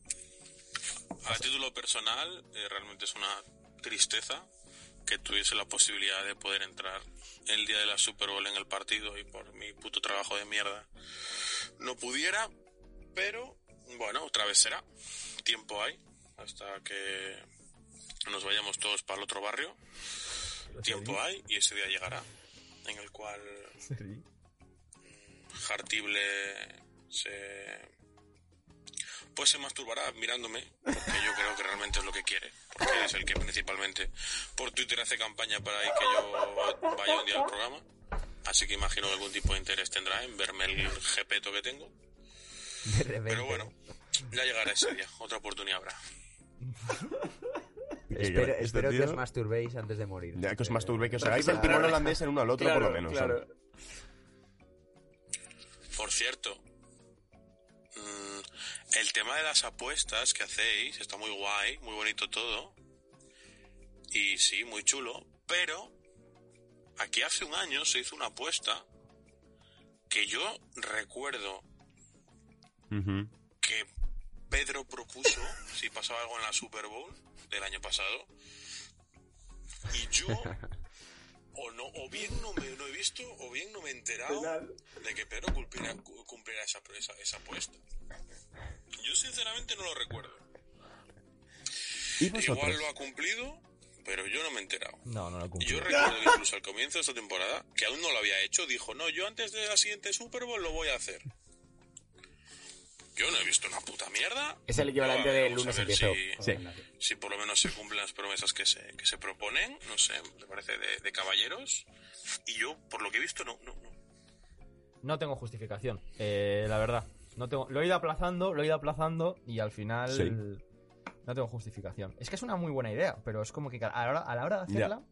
G: A título personal, eh, realmente es una tristeza que tuviese la posibilidad de poder entrar el día de la Super Bowl en el partido y por mi puto trabajo de mierda no pudiera, pero bueno, otra vez será. Tiempo hay hasta que nos vayamos todos para el otro barrio. Tiempo hay y ese día llegará en el cual mm,
A: Sergi.
G: Hartible se pues se masturbará mirándome, porque yo creo que realmente es lo que quiere, porque es el que principalmente por Twitter hace campaña para que yo vaya un día al programa, así que imagino que algún tipo de interés tendrá en verme el jepeto que tengo,
D: De repente.
G: pero bueno, ya llegará ese día, otra oportunidad habrá.
D: Espero,
B: Este
D: espero que
B: tío-
D: os masturbéis antes de morir.
B: Ya que os
D: Eh,
B: masturbe, que os hagáis el timón holandés en uno al otro, por lo menos.
E: claro.
B: ¿sabes?
G: Por cierto, mm, el tema de las apuestas que hacéis está muy guay, muy bonito todo. Y sí, muy chulo. Pero aquí hace un año se hizo una apuesta que yo recuerdo
B: Ujú.
G: que Pedro propuso si pasaba algo en la Super Bowl del año pasado. Y yo o no o bien no me no he visto o bien no me he enterado de que Pedro cumpliera, cu- cumpliera esa, esa, esa apuesta. Yo sinceramente no lo recuerdo.
B: ¿Y
G: Igual
B: vosotros?
G: lo ha cumplido, pero yo no me he enterado.
A: No, no lo cumple.
G: Yo recuerdo que incluso al comienzo de esta temporada, que aún no lo había hecho, dijo, no, yo antes de la siguiente Super Bowl lo voy a hacer. Yo no he visto una puta mierda.
E: Es el equivalente
G: A ver,
E: del
G: vamos
E: lunes
G: a ver
E: empiezo.
G: Si,
B: Sí.
G: si por lo menos se cumplen las promesas que se, que se proponen, no sé, me parece de, de caballeros. Y yo, por lo que he visto, no, no, no.
A: No tengo justificación, eh, la verdad. No tengo, lo he ido aplazando, lo he ido aplazando y al final
B: Sí.
A: no tengo justificación. Es que es una muy buena idea, pero es como que a la hora, a la hora de
B: Ya.
A: hacerla,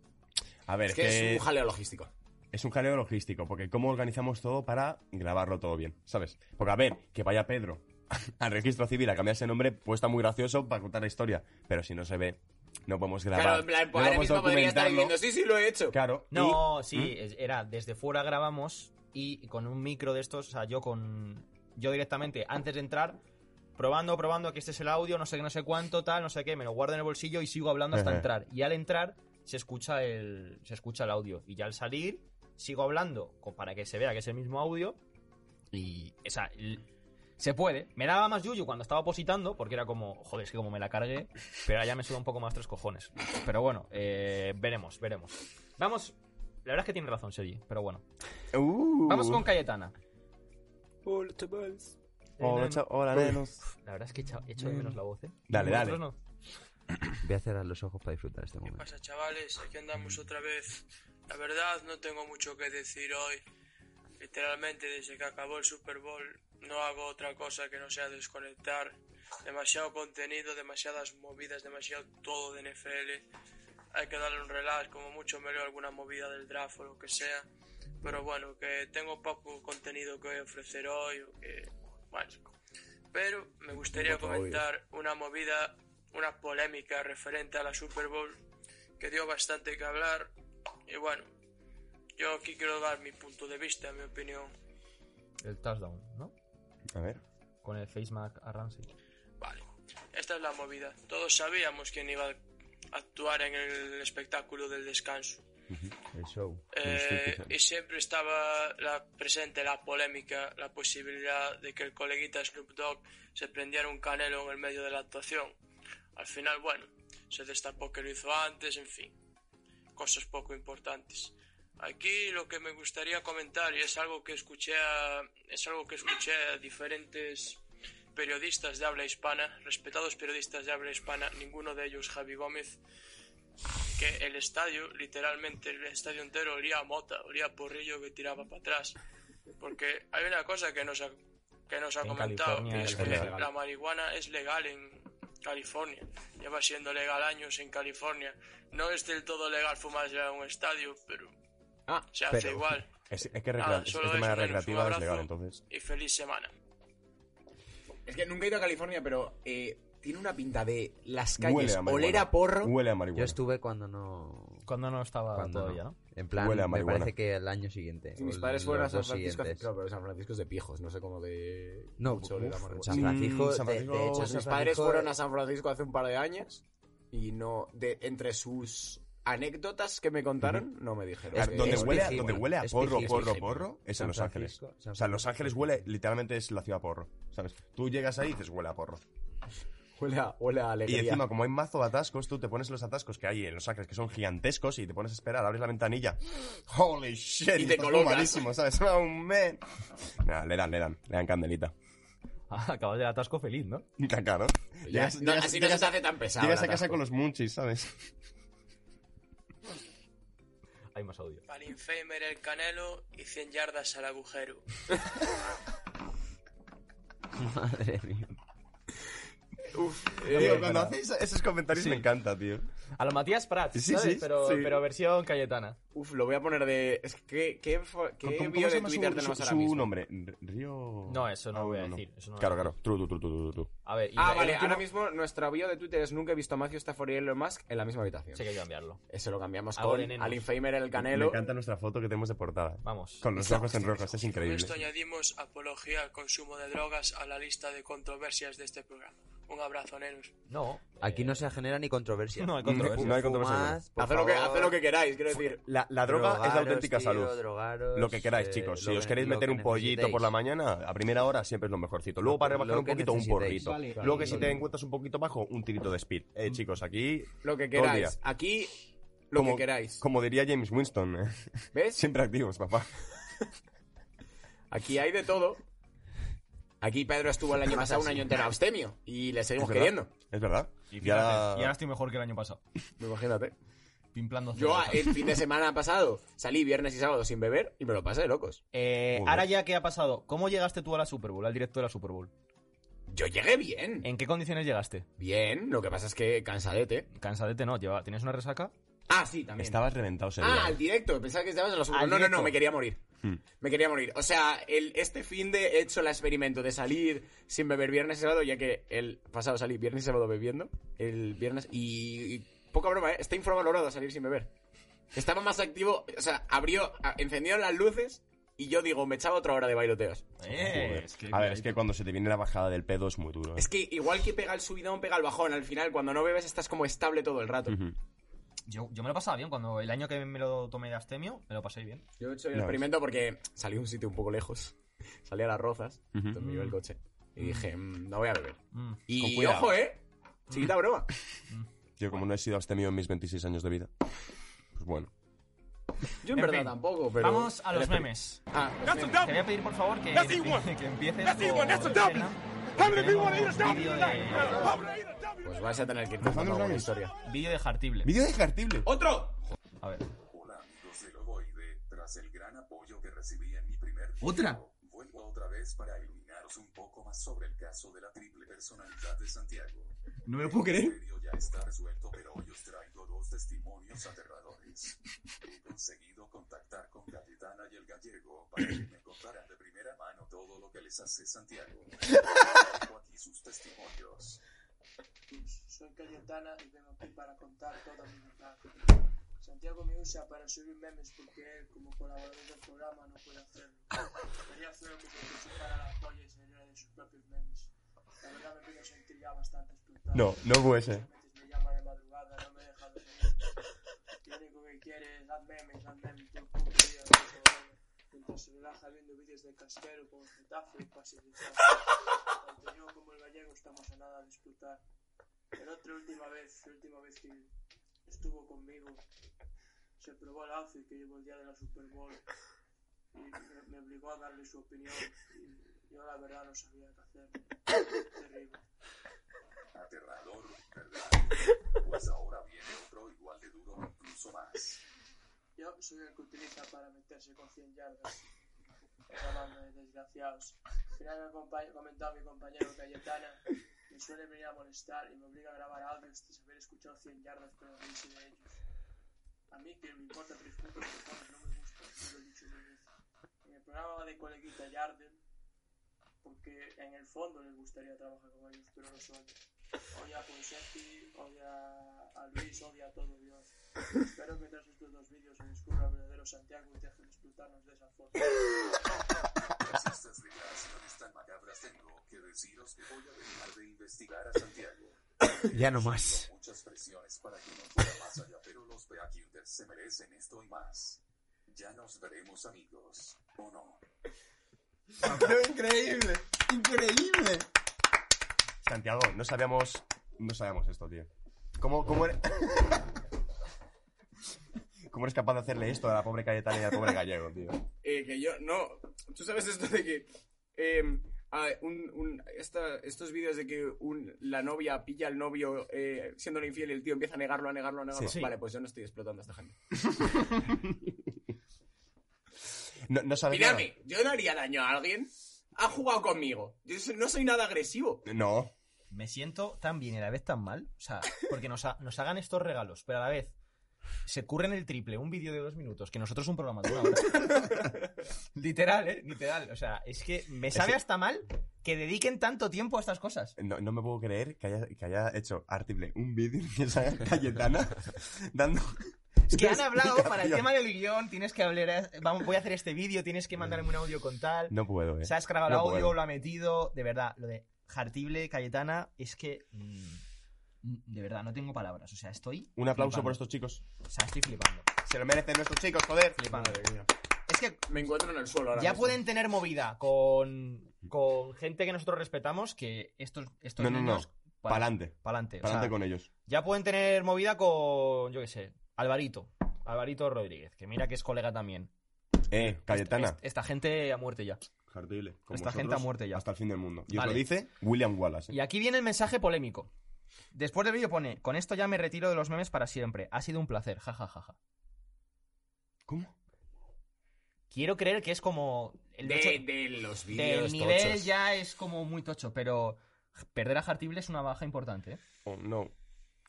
B: A ver,
E: Es que es un jaleo logístico.
B: es un jaleo logístico, porque cómo organizamos todo para grabarlo todo bien, ¿sabes? Porque a ver, que vaya Pedro al registro civil a cambiarse nombre, pues está muy gracioso para contar la historia, pero si no se ve, no podemos grabar.
E: Claro, en plan, pues
B: no
E: ahora
B: podemos
E: mismo podría estar
B: documentarlo.
E: diciendo, sí, sí, lo he hecho.
B: Claro, y- ¿Mm?
A: No, sí, es- era desde fuera grabamos y con un micro de estos, o sea, yo con
C: yo directamente, antes de entrar, probando, probando, que este es el audio, no sé qué, no sé cuánto, tal, no sé qué, me lo guardo en el bolsillo y sigo hablando hasta
B: Ajá.
C: entrar. Y al entrar se escucha el, se escucha el audio. Y ya al salir, sigo hablando co- para que se vea que es el mismo audio. Y, o sea, l- se puede. Me daba más yuyu cuando estaba positando, porque era como, joder, es que como me la cargué, pero ahora ya me suda un poco más tres cojones. Pero bueno, eh, veremos, veremos. Vamos, la verdad es que tiene razón Sergi, pero bueno.
B: uh.
C: Vamos con Cayetana.
B: Hola, cha- hola, nenos.
C: La verdad es que he echa- he hecho de menos la voz, ¿eh?
B: Dale, dale.
C: Vosotros no.
D: Voy a cerrar los ojos para disfrutar este momento.
H: pasa, chavales? Aquí andamos otra vez. La verdad, no tengo mucho que decir hoy. Literalmente, desde que acabó el Super Bowl, no hago otra cosa que no sea desconectar. Demasiado contenido, demasiadas movidas, demasiado todo de NFL. Hay que darle un relax, como mucho me leo alguna movida del draft o lo que sea. Pero bueno, que tengo poco contenido que ofrecer hoy, o que... Bueno, pero me gustaría comentar una movida, una polémica referente a la Super Bowl que dio bastante que hablar. Y bueno, yo aquí quiero dar mi punto de vista, mi opinión.
C: El touchdown, ¿no?
B: A ver.
C: Con el facemask a Ramsey.
H: Vale, esta es la movida. Todos sabíamos quién iba a actuar en el espectáculo del descanso.
D: El show.
H: Eh, y siempre estaba la- presente la polémica, la posibilidad de que el coleguita Snoop Dogg se prendiera un canelo en el medio de la actuación. Al final, bueno, se destapó que lo hizo antes, en fin, cosas poco importantes. Aquí lo que me gustaría comentar, y es algo que escuché a- es algo que escuché a diferentes periodistas de habla hispana, respetados periodistas de habla hispana, ninguno de ellos Javi Gómez, que el estadio, literalmente el estadio entero, olía a mota, olía a porrillo que tiraba para atrás. Porque hay una cosa que nos ha, que nos ha
C: En
H: comentado,
C: California
H: que
C: es
H: es que
C: legal.
H: la marihuana es legal en California. Lleva siendo legal años en California. No es del todo legal fumarse en un estadio, pero
E: Ah,
H: se hace
B: pero-
H: igual.
B: Es, es que recrea-
H: Nada,
B: es- es
H: solo
B: de manera
H: eso, menos. Un
B: recreativa es
H: abrazo
B: legal, entonces.
H: Y feliz semana.
E: Es que nunca he ido a California, pero eh, tiene una pinta de las calles
B: Huele a marihuana.
E: oler a porro.
B: Huele a marihuana.
D: Yo estuve cuando no.
C: Cuando no estaba
D: Cuando
C: todavía,
D: no.
C: ¿no?
D: En plan,
B: Huele a
D: me
B: marihuana.
D: parece que el año siguiente.
E: Si mis
D: o
E: padres
D: los
E: fueron a San
D: dos
E: Francisco,
D: siguientes.
E: claro, pero San Francisco es de pijos, no sé cómo de...
D: No,
E: mucho oler a
D: uf,
E: marihuana.
D: San Francisco.
B: Mm, San
D: de- de
B: Francisco-
D: hecho,
E: Pues
D: San
E: mis padres
D: Francisco-
E: fueron a San Francisco hace un par de años y no, de, entre sus anécdotas que me contaron, no me dijeron.
D: Es-
B: Ah,
E: que-
B: donde,
D: es
B: huele a,
D: piji,
B: donde
D: bueno,
B: huele a
D: es
B: porro,
D: piji, es
B: porro,
D: piji.
B: porro, es en
D: San
B: Los Ángeles.
D: Francisco- San
B: O sea, en Los Ángeles huele, literalmente es la ciudad porro, ¿sabes? Tú llegas ahí y dices huele a porro.
E: huele, a, huele a
B: Y
E: alegría.
B: encima, como hay mazo de atascos, tú te pones los atascos que hay en Los Ángeles, que son gigantescos, y te pones a esperar, abres la ventanilla. ¡Holy shit!
E: Y te
B: estás
E: colocas.
B: fumadísimo, ¿sabes? ¡Oh, man! Nah, le dan, le dan, le dan candelita.
C: Ah, Acabas del atasco feliz, ¿no?
B: Caca, ¿no?
E: Ya,
B: Llegas-
E: no,
B: llegas-
E: así no se
B: llegas
E: te
B: a-
E: hace tan pesado.
B: Llegas
E: el
B: a casa
E: atasco.
B: con los munchies, ¿sabes?
C: Hay más audio.
H: Para Infamer el canelo y 100 yardas al agujero.
D: Madre mía.
E: Eh,
B: Tío, cuando hacéis esos comentarios me encanta, tío.
C: A lo Matías Prats,
B: Sí,
C: ¿sabes?
B: sí,
C: pero,
B: sí.
C: pero versión Cayetana.
E: Uf, lo voy a poner de... Es que, ¿Qué, fo- qué bio de Twitter
B: su,
E: tenemos ahora
B: su
E: mismo?
B: nombre? R- Río...
C: No, eso no
B: Ah,
C: lo voy a
B: bueno, no.
C: decir. eso no lo
B: Claro,
C: voy a
B: claro.
C: decir.
B: Tru, tru, tru, tru, tru.
C: A ver, y
E: Ah,
C: el
E: vale,
C: último-
E: ahora mismo nuestra bio de Twitter es nunca he visto a Matthew Stafford y Elon Musk en la misma habitación.
C: Sí que hay que cambiarlo.
E: Eso lo cambiamos
C: Algo
E: con
C: de nenos.
E: al Infamer el
B: Me
E: Canelo.
B: encanta nuestra foto que tenemos de portada.
C: Vamos.
B: Con los ojos en rojos, es
H: Con
B: increíble.
H: esto añadimos apología al consumo de drogas a la lista de controversias de este programa. Un abrazo, nenos.
C: No.
D: Aquí
C: eh,
D: no se genera ni controversia.
C: No hay controversia.
B: No hay controversia alguna.
D: Fumad, por
E: Haced lo, que,
D: favor.
E: haced lo que queráis, quiero decir.
B: La, la droga es la
D: Drogaros,
B: auténtica
D: tío,
B: salud.
D: drogaros,
B: Lo que queráis,
D: eh,
B: chicos.
D: lo
B: Si os
D: que-
B: queréis
D: lo
B: meter
D: que
B: un pollito por la mañana, a primera hora siempre es lo mejorcito. Luego para
D: Lo
B: rebajar un
D: que
B: poquito, un
D: necesitéis.
B: porrito.
D: Vale,
B: Luego
D: vale,
B: que si
D: vale.
B: te encuentras un poquito bajo, un tirito de speed. Eh, chicos, aquí...
E: Lo que
B: todo el
E: queráis.
B: día.
E: Aquí, lo
B: Como-
E: que queráis.
B: Como diría James Winston, eh,
E: ¿Ves?
B: siempre activos, papá.
E: Aquí hay de todo. Aquí Pedro estuvo el año pasado un año entero abstemio. Y le seguimos
B: Es verdad.
E: queriendo.
B: Es verdad.
C: Y,
B: Ya-
C: fíjate, y ahora estoy mejor que el año pasado.
E: Imagínate.
C: Pimplando.
E: Yo
C: cerveza.
E: el fin de semana pasado salí viernes y sábado sin beber y me lo pasé de locos.
C: Eh,
B: Joder.
C: ahora ya que ha pasado, ¿cómo llegaste tú a la Super Bowl, al directo de la Super Bowl?
E: Yo llegué bien.
C: ¿En qué condiciones llegaste?
E: Bien, lo que pasa es que cansadete.
C: Cansadete no, lleva, ¿tienes una resaca?
E: Ah, sí, también.
B: Estabas reventado, ese
E: Ah,
B: día.
E: al directo. Pensaba que estabas en los
C: Al
E: No, no,
C: directo.
E: no, me quería morir.
B: Hmm.
E: Me quería morir. O sea, el, este fin de he hecho el experimento de salir sin beber viernes y sábado, ya que el pasado salí viernes y sábado bebiendo. El viernes. Y, y poca broma, ¿eh? Está infravalorado salir sin beber. Estaba más activo. O sea, abrió, a- encendió las luces y y yo digo, me echaba otra hora de bailoteos.
C: Eh,
B: Joder. a ver, es que cuando se te viene la bajada del pedo es muy duro. ¿eh?
E: Es que igual que pega el subidón, pega el bajón. Al final, cuando no bebes, estás como estable todo el rato.
B: Ujú.
C: Yo, yo me lo pasaba bien cuando el año que me lo tomé de abstemio, me lo pasé bien.
E: Yo he hecho el
B: No,
E: experimento porque salí a un sitio un poco lejos. Salí a las rozas,
B: Ujú.
E: donde iba el coche. Y dije, "Mm, no voy a beber.
C: Mm.
B: Con
E: Y
B: cuidado.
E: ojo, ¿eh? Chiquita broma.
B: Yo como no he sido abstemio en mis 26 años de vida. Pues bueno.
E: Yo en,
C: En
E: verdad
C: fin.
E: tampoco, pero...
C: Vamos a los
E: Era-
C: memes.
E: Ah,
C: Te voy a pedir por favor que, que empieces con escena. Vídeo de,
E: pues vas a tener que ir contando alguna historia.
C: vídeo de Jartible.
B: Vídeo descartible.
E: ¡Otro!
C: A ver.
I: Hola amigos del Ovoide, tras el gran apoyo que recibí en mi primer video,
J: ¿Otra?
I: vuelvo otra vez para iluminaros un poco más sobre el caso de la triple personalidad de Santiago.
J: No me lo puedo creer.
I: El misterio ya está resuelto, pero hoy os traigo dos testimonios aterradores. He conseguido contactar con Capitana y el Gallego para que me contaran de primera mano todo lo que les hace Santiago. Dejo aquí sus testimonios.
H: Soy Cayetana y vengo aquí para contar toda mi verdad. Santiago me usa para subir memes porque él, como colaborador del programa, no puede hacerlo. Sería feo que se presentara la polla y se riera de sus propios memes. La verdad me pido sentir ya bastante explotado.
B: No, no fue ese.
H: A veces me llama de madrugada, no me deja dormir. Lo único que quiere es haz memes, haz memes, todo el puto día, por favor. Mientras se relaja viendo vídeos de casquero como Getafe y pases de Chávez. Tanto yo como el gallego estamos a nada de explotar. Pero otra última vez, la última vez que estuvo conmigo, se probó el outfit que llevo el día de la Super Bowl y me, me obligó a darle su opinión. Y yo la verdad no sabía qué hacer. Terrible.
I: Aterrador, ¿verdad? Pues ahora viene otro igual de duro, o incluso más.
H: Yo soy el que utiliza para meterse con 100 yardas. Esa banda de desgraciados. Al final me ha compa- comentado mi compañero Cayetana. Me suele venir a molestar y me obliga a grabar audios tras haber escuchado 100 yardas pero reírse de ellos. A mí que me importa tres puntos de cojones, no me gusta, ya lo he dicho mil veces. En el programa de coleguita Yarden, porque en el fondo les gustaría trabajar con ellos, pero no son. Odia a Ponseti, odia a Luis, odia a todo Dios. Espero que tras estos dos vídeos se descubra el verdadero Santiago y dejen de explotarnos de esa forma.
I: Tras estas declaraciones tan macabras tengo que deciros que voy a dejar de investigar a Santiago.
D: Ya no más.
I: Muchas presiones para que no fuera más allá, pero los Beacuilders se merecen esto y más. Ya nos veremos amigos, ¿o no?
J: Pero increíble. Increíble.
B: Santiago, no sabíamos. No sabíamos esto, tío. ¿Cómo, cómo eres. ¿Cómo eres capaz de hacerle esto a la pobre Cayetana y al pobre gallego, tío?
E: Eh, que yo, no. Tú sabes esto de que. eh, ah, un- un- esta- estos vídeos de que un- la novia pilla al novio eh, siendo infiel y el tío empieza a negarlo, a negarlo, a negarlo.
B: Sí, sí.
E: Vale, pues yo no estoy explotando a esta gente.
B: No, no sabía.
E: Miradme, yo no haría daño a alguien. Ha jugado conmigo. Yo so- no soy nada agresivo.
B: No.
C: Me siento tan bien y a la vez tan mal. O sea, porque nos, ha- nos hagan estos regalos, pero a la vez se curren el triple un vídeo de dos minutos que nosotros un programa de una hora. literal, ¿eh? Literal. O sea, es que me sabe hasta mal que dediquen tanto tiempo a estas cosas.
B: No, no me puedo creer que haya, que haya hecho Artible un vídeo de esa Cayetana dando.
C: Es que han hablado para el
B: explicación.
C: tema del guión, tienes que hablar, vamos, voy a hacer este vídeo, tienes que mandarme un audio con tal.
B: No puedo, eh.
C: Se ha grabado el
B: No
C: audio,
B: puedo.
C: lo ha metido. De verdad, lo de Jartible, Cayetana, es que. mm, de verdad, no tengo palabras. O sea, estoy.
B: Un aplauso
C: flipando.
B: por estos chicos.
C: O sea, estoy flipando.
B: Se lo merecen nuestros chicos, joder.
C: flipando. Es que
E: Me encuentro en el suelo ahora.
C: ya
E: mismo.
C: pueden tener movida con, con gente que nosotros respetamos que estos, estos
B: No, no, no.
C: niños.
B: Pa'lante.
C: Pa'lante. o
B: Adelante
C: sea,
B: con ellos.
C: Ya pueden tener movida con. Yo qué sé. Alvarito. Alvarito Rodríguez, que mira que es colega también.
B: Eh, Cayetana.
C: Esta, esta gente a muerte ya.
B: Jartible. con
C: Esta gente
B: vosotros
C: ha muerto ya.
B: Hasta el fin del mundo. Y os
C: Vale.
B: lo dice William Wallace. eh.
C: Y aquí viene el mensaje polémico. Después del vídeo pone, con esto ya me retiro de los memes para siempre. Ha sido un placer, jajajaja.
B: ¿Cómo?
C: Quiero creer que es como... El
E: De,
C: hecho-
E: de los
C: del
E: vídeos
C: nivel
E: tochos.
C: ya es como muy tocho, pero perder a Jartible es una baja importante. ¿eh?
B: Oh, no.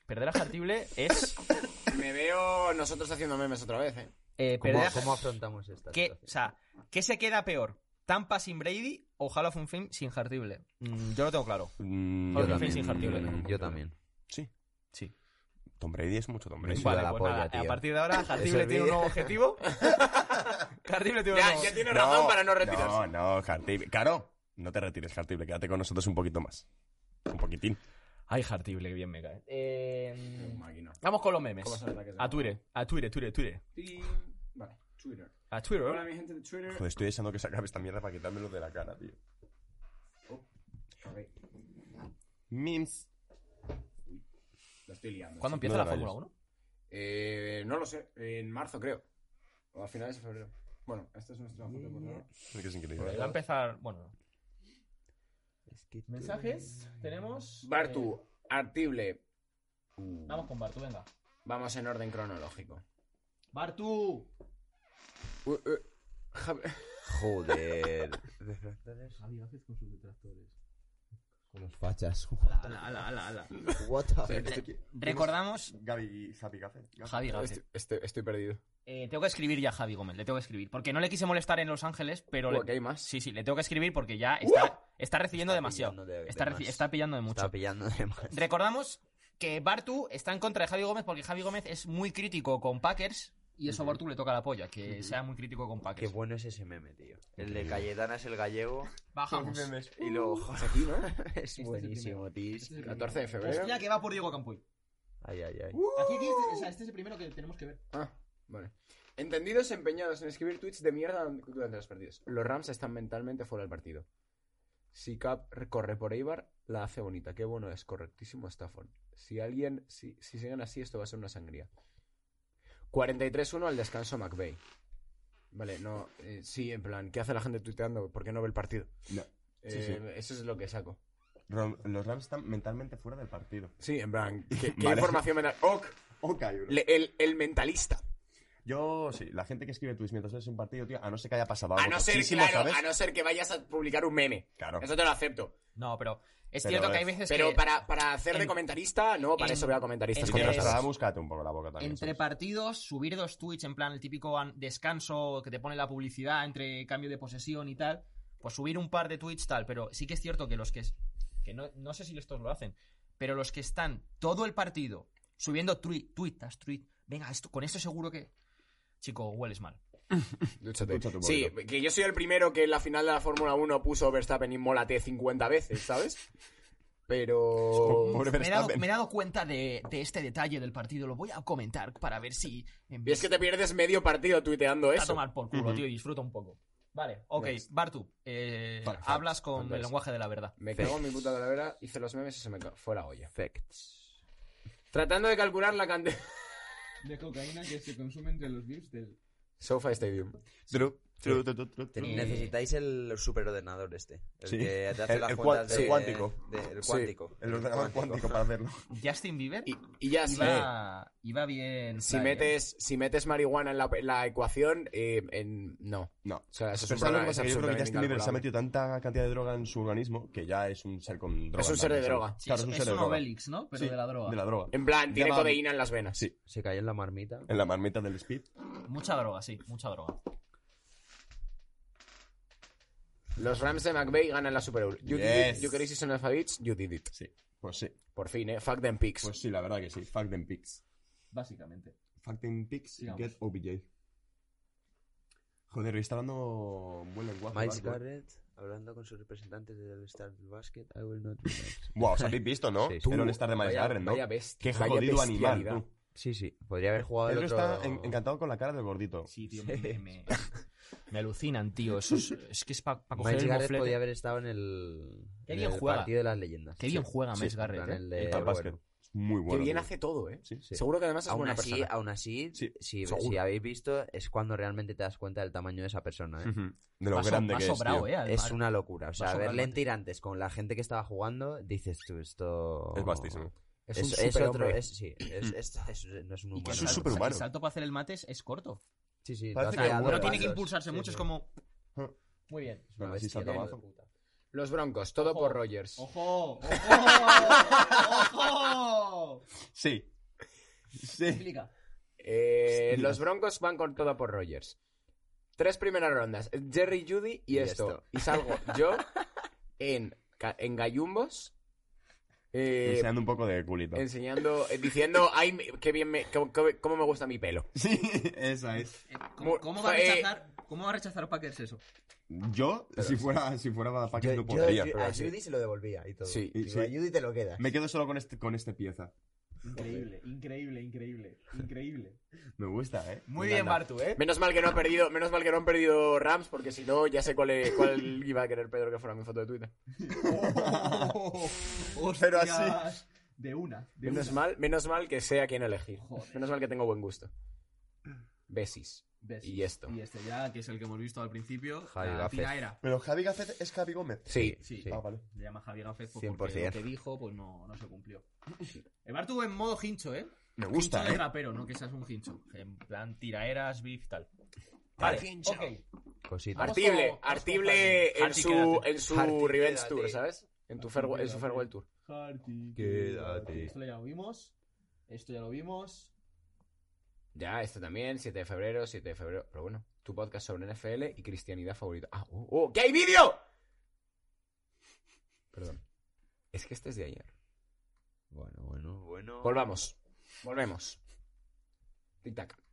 C: Perder a Jartible es...
E: Me veo nosotros haciendo memes otra vez, eh.
C: eh,
D: ¿Cómo,
C: perder a-
D: cómo afrontamos esta?
C: ¿Qué, o
D: situación?
C: sea, ¿Qué se queda peor? ¿Tampa sin Brady o Hall of Fame sin Jartible? Mm, yo lo tengo claro.
B: Mm,
C: Yo
B: yo
C: también.
B: Mm, también.
C: sin Jartible.
D: Mm, Yo también.
B: Sí.
C: Sí.
B: Tom Brady es mucho Tom Brady.
D: Vale. la polla,
A: pues
C: nada,
D: tío.
C: a partir de ahora
D: Ese
C: Jartible tiene un
D: vídeo-
C: nuevo objetivo. Terrible, tío.
E: Ya,
C: no.
E: ya tiene razón para no retirarse.
B: No, no, Hartible. Claro, no te retires, Hartible. Quédate con nosotros un poquito más. Un poquitín.
A: Ay, Hartible, que bien me cae.
C: Eh,
E: Máquina.
A: Vamos con los memes.
E: ¿Cómo sabes la que se
A: A Twitter, a Twitter, Twitter, Twitter.
E: Y- Vale, Twitter.
A: A Twitter.
E: Hola, mi gente de Twitter.
B: Joder, estoy deseando que se acabe esta mierda para quitármelo de la cara, tío.
E: Joder,
B: Memes.
E: la estoy liando.
A: ¿Cuándo
B: Sí,
A: empieza
B: no
A: la
B: lo
A: Fórmula
B: rayes.
A: 1?
E: Eh, no lo sé, en marzo creo. O a finales de febrero. Bueno, esta es nuestra foto, por favor.
B: Es que es increíble.
A: Va a empezar. Bueno. Mensajes. Tenemos.
E: Bartu, Artible.
A: eh, vamos con Bartu, venga.
E: Vamos en orden cronológico. Uh,
A: ¡Bartu!
D: Joder. Con los fachas. What the fuck.
C: recordamos.
B: Gaby, Happy Café.
A: Javi Gabriel.
E: Estoy, estoy- este, estoy perdido.
C: eh, tengo que escribir ya a Javi Gómez, le tengo que escribir. Porque no le quise molestar en Los Ángeles, pero. le-
E: Uh, ¿qué hay más?
C: Sí, sí, le tengo que escribir porque ya está, está recibiendo
D: Está
C: demasiado.
D: pillando de- de
C: está, reci-
D: más.
C: está pillando de mucho.
D: Está pillando de más.
C: Recordamos que Bartu está en contra de Javi Gómez porque Javi Gómez es muy crítico con Packers y eso a Bartu le toca la polla, que sea muy crítico con
D: Qué
C: Packers.
D: bueno es ese meme, tío. El de Cayetana es el gallego.
C: Bajamos.
D: Y
C: Uh,
D: luego.
E: aquí, ¿no?
C: Este
D: es buenísimo, tío.
E: 14 de febrero.
C: Hostia, que va por Diego Campuy.
D: Ay, ay, ay.
C: Aquí, aquí, este, o sea, este es el primero que tenemos que ver.
E: Ah, vale. Entendidos empeñados en escribir tweets de mierda durante los partidos. Los Rams están mentalmente fuera del partido. Si Cap corre por Eibar, la hace bonita. Qué bueno es, correctísimo Stafford. Si alguien, si, si siguen así, esto va a ser una sangría. 43-1 al descanso McVeigh. Vale, no, eh, sí, en plan, ¿qué hace la gente tuiteando? ¿Por qué no ve el partido?
B: No. Sí,
E: Eh,
B: sí.
E: Eso es lo que saco.
B: Rom- Los Rams están mentalmente fuera del partido.
E: Sí, en plan, ¿qué, qué
B: Vale.
E: información mental? Ok,
B: Ok, bro.
E: le- el, el mentalista.
B: Yo, sí, la gente que escribe tweets mientras es un partido, tío, a no ser que haya pasado algo.
E: A no ser,
B: tochísimo,
E: claro,
B: ¿sabes?
E: a no ser que vayas a publicar un meme.
B: Claro.
E: Eso te lo acepto.
C: No, pero es
B: Pero
C: cierto
B: a
C: que hay
B: ver,
C: veces
E: Pero
C: que
E: para, para hacer de
C: en-
E: comentarista, no, para
C: en-
E: eso veo a comentaristas.
B: Si
C: entre-
E: con
B: tienes
E: otras
B: nada,
E: cosas.
B: búscate un poco la boca también.
C: entre
B: ¿sabes?
C: partidos subir dos tweets en plan el típico an- descanso que te pone la publicidad entre cambio de posesión y tal, pues subir un par de tweets tal, pero sí que es cierto que los que es- que no, no sé si estos lo hacen, pero los que están todo el partido subiendo tweet, tweet tras tweet, venga, esto con esto seguro que chico hueles mal.
E: Dúchate.
B: Dúchate un
E: Sí,
B: poquito.
E: que yo soy el primero que en la final de la Fórmula 1 puso Verstappen y Mola T 50 veces, ¿sabes? Pero.
B: Pobre
C: Me he dado,
B: Verstappen.
C: me he dado cuenta de, de este detalle del partido, lo voy a comentar para ver si en
E: Y es que te pierdes medio partido tuiteando
C: a
E: eso.
C: tomar por culo, tío, y disfruta un poco. Vale, ok,
E: Next.
C: Bartu, eh,
E: Vale, facts.
C: hablas con el
E: Next.
C: lenguaje de la verdad.
E: Me cago en mi puta calavera, hice los memes y se me ca- fue la olla.
D: Facts.
E: Tratando de calcular la cantidad.
J: De cocaína que se consume entre los VIPs del...
E: Sofa Stadium.
B: True, true, true, true, true,
D: Te-
B: true.
D: Necesitáis el superordenador este. El
B: Sí.
D: que te hace
B: El-
D: las
B: el
D: cuentas
B: cuan-
D: de-
B: el cuántico.
D: de- el
E: Sí.
D: cuántico.
B: El ordenador cuántico para hacerlo.
C: Justin Bieber
E: Y, y ya sí.
C: iba, iba bien.
E: Si
C: fly, ¿eh?
E: metes, si metes marihuana en la, en la ecuación, eh, en- no.
B: No.
E: O sea, eso es un
B: Pero ¿sabes lo que
E: problema,
B: pasa?
E: es
B: Que yo creo que
E: absolutamente
B: Justin Bieber se ha
E: incalculable.
B: metido tanta cantidad de droga en su organismo que ya es un ser con droga.
E: Es un ser de
B: ¿sabes?
E: droga.
C: Sí,
B: Claro,
C: es,
B: es un
C: es
B: ser de
C: un
B: droga.
C: Obelix, ¿no? Pero
B: Sí,
C: de la droga.
B: De la droga.
E: En plan, tiene
B: Llama-
E: codeína en las venas.
B: Sí,
D: Se cayó en la marmita.
B: en la marmita del speed.
C: Mucha droga, sí, mucha droga.
E: Los Rams de McVay ganan la Super Bowl. You did
B: Yes.
E: it. You crazy son of a bitch, you did it.
B: Sí, pues sí.
E: Por fin, eh. Fuck them pigs.
B: Pues sí, la verdad que sí. Fuck them pigs.
J: Básicamente.
B: Fuck them pigs,
J: Sigamos.
B: get OBJ. Joder, está hablando un buen lenguaje.
D: Miles
B: Barco.
D: Garrett hablando con sus representantes del Star Basket. I will not relax.
B: Guau, os habéis visto, ¿no?
D: Sí, sí.
B: El all-star de Miles
E: vaya-
B: Garrett, ¿no?
E: vaya bestia,
B: Qué
E: vaya
B: jodido animal,
E: bestialidad.
B: tú.
D: Sí, sí. Podría haber jugado el
B: Pedro
D: otro...
B: está en- encantado con la cara del gordito.
C: Sí, tío, me, me- me- me alucinan, tío. Eso es, es que es para coger
D: Miles
C: el
D: Garrett
C: moflete.
D: podía haber estado en el,
C: Qué
D: en
C: bien
D: el
C: juega.
D: partido de las leyendas.
C: Qué bien
D: Sí.
C: juega
D: Sí,
C: Miles
D: en
C: Garrett,
D: plan
C: ¿eh?
D: el
B: El
D: de-
B: Tab
D: bueno.
B: Basket. Es muy bueno.
E: Qué bien
B: tío.
E: hace todo, eh.
B: Sí, sí.
E: Seguro que además es
D: Aún
E: buena
D: así,
E: persona.
D: aún así,
B: Sí,
D: si,
E: seguro.
D: si habéis visto, es cuando realmente te das cuenta del tamaño de esa persona. ¿eh?
B: Ujú. De lo
C: Va so-
B: grande
C: va
B: que es.
C: sobrado,
B: tío.
C: eh, al-
D: Es
C: al-
D: una locura. O sea,
C: sobrando,
D: verle en
C: tío.
D: tirantes con la gente que estaba jugando, dices tú, esto.
B: Es vastísimo. Mm.
D: Es,
E: un
D: es otro.
E: superhombre.
D: Es, sí, es, es- es- no es un
C: Y que el
B: es
D: humano.
B: un
C: salto-
B: superhumano.
C: El salto para hacer el mate es, es corto.
D: Sí, sí.
B: Parece
D: lo hace
B: que vuela.
D: a dos
C: Pero tiene que
D: pasos.
C: impulsarse
D: Sí,
C: mucho,
D: sí.
C: es como.
B: Huh.
C: Muy bien.
B: Bueno, así
D: bestia,
B: salta
D: tío.
B: abajo.
E: Los Broncos, todo
C: Ojo.
E: por Rogers.
C: ¡Ojo! ¡Ojo! ¡Ojo!
B: Sí. Sí.
C: Explica.
E: Eh,
B: Hostia.
E: los Broncos van con todo por Rogers. Tres primeras rondas. Jerry, Judy y,
D: Y
E: esto.
D: esto.
E: Y salgo yo en, ca- en gallumbos Eh,
B: Enseñando un poco de culito.
E: enseñando, eh, diciendo, ay, me- qué bien me, cómo, cómo- cómo me gusta mi pelo.
B: Sí, esa es.
C: Eh, ¿Cómo, cómo va a
E: Eh,
C: rechazar, ¿Cómo va a rechazar Packers eso?
B: Yo, si fuera, si fuera Badapaque, no
D: yo,
B: podría.
D: yo a Judy se lo devolvía y todo.
E: Sí,
D: Digo,
B: sí.
D: A Judy te lo quedas.
B: Me quedo solo con este, con este pieza.
K: Increíble, increíble, increíble, increíble.
B: Me gusta, ¿eh?
L: Muy
B: Me
L: bien,
B: encanta.
L: Bartu, ¿eh?
E: Menos mal que no han perdido, menos mal que no han perdido Rams, porque si no, ya sé cuál, eh, cuál iba a querer Pedro que fuera mi foto de Twitter.
B: Pero
K: Hostias, De una, de
E: Menos
K: una.
E: mal, menos mal que sea quien elegir.
K: Joder.
E: Menos mal que tengo buen gusto. Besis.
K: Ves.
E: Y esto.
C: Y este ya, que es el que hemos visto al principio,
D: Javi
C: la
D: Gaffez.
C: tiraera.
B: Pero Javi Gafet es Javi Gómez.
E: Sí.
C: Sí,
D: Sí.
B: Ah, vale.
C: le llama Javi Gaffez pues,
D: 100%.
C: porque lo que dijo pues no, no se cumplió. El Bartu en modo hincho, ¿eh?
B: Me
C: Hincho
B: gusta,
C: de
B: ¿eh?
C: rapero, no que seas un hincho. En plan tiraeras, beef, tal. Vale, ok.
D: Cositas.
E: Artible,
C: Vamos con-
E: artible
C: vamos con
E: en
C: Harty,
E: su,
C: quédate.
E: en
D: Harty,
E: su Revenge
D: quédate.
E: Tour, ¿sabes? En, tu farewell, en su Farewell Tour.
K: Harty,
D: Quédate.
K: Esto ya lo vimos. Esto ya lo vimos.
E: Ya, este también, 7 de febrero, 7 de febrero. Pero bueno, tu podcast sobre NFL y cristianidad favorita. ¡Ah, oh, oh! ¡Que hay vídeo! Perdón. Es que este es de ayer.
D: Bueno, bueno, bueno.
E: Volvamos. Volvemos. Tic-tac.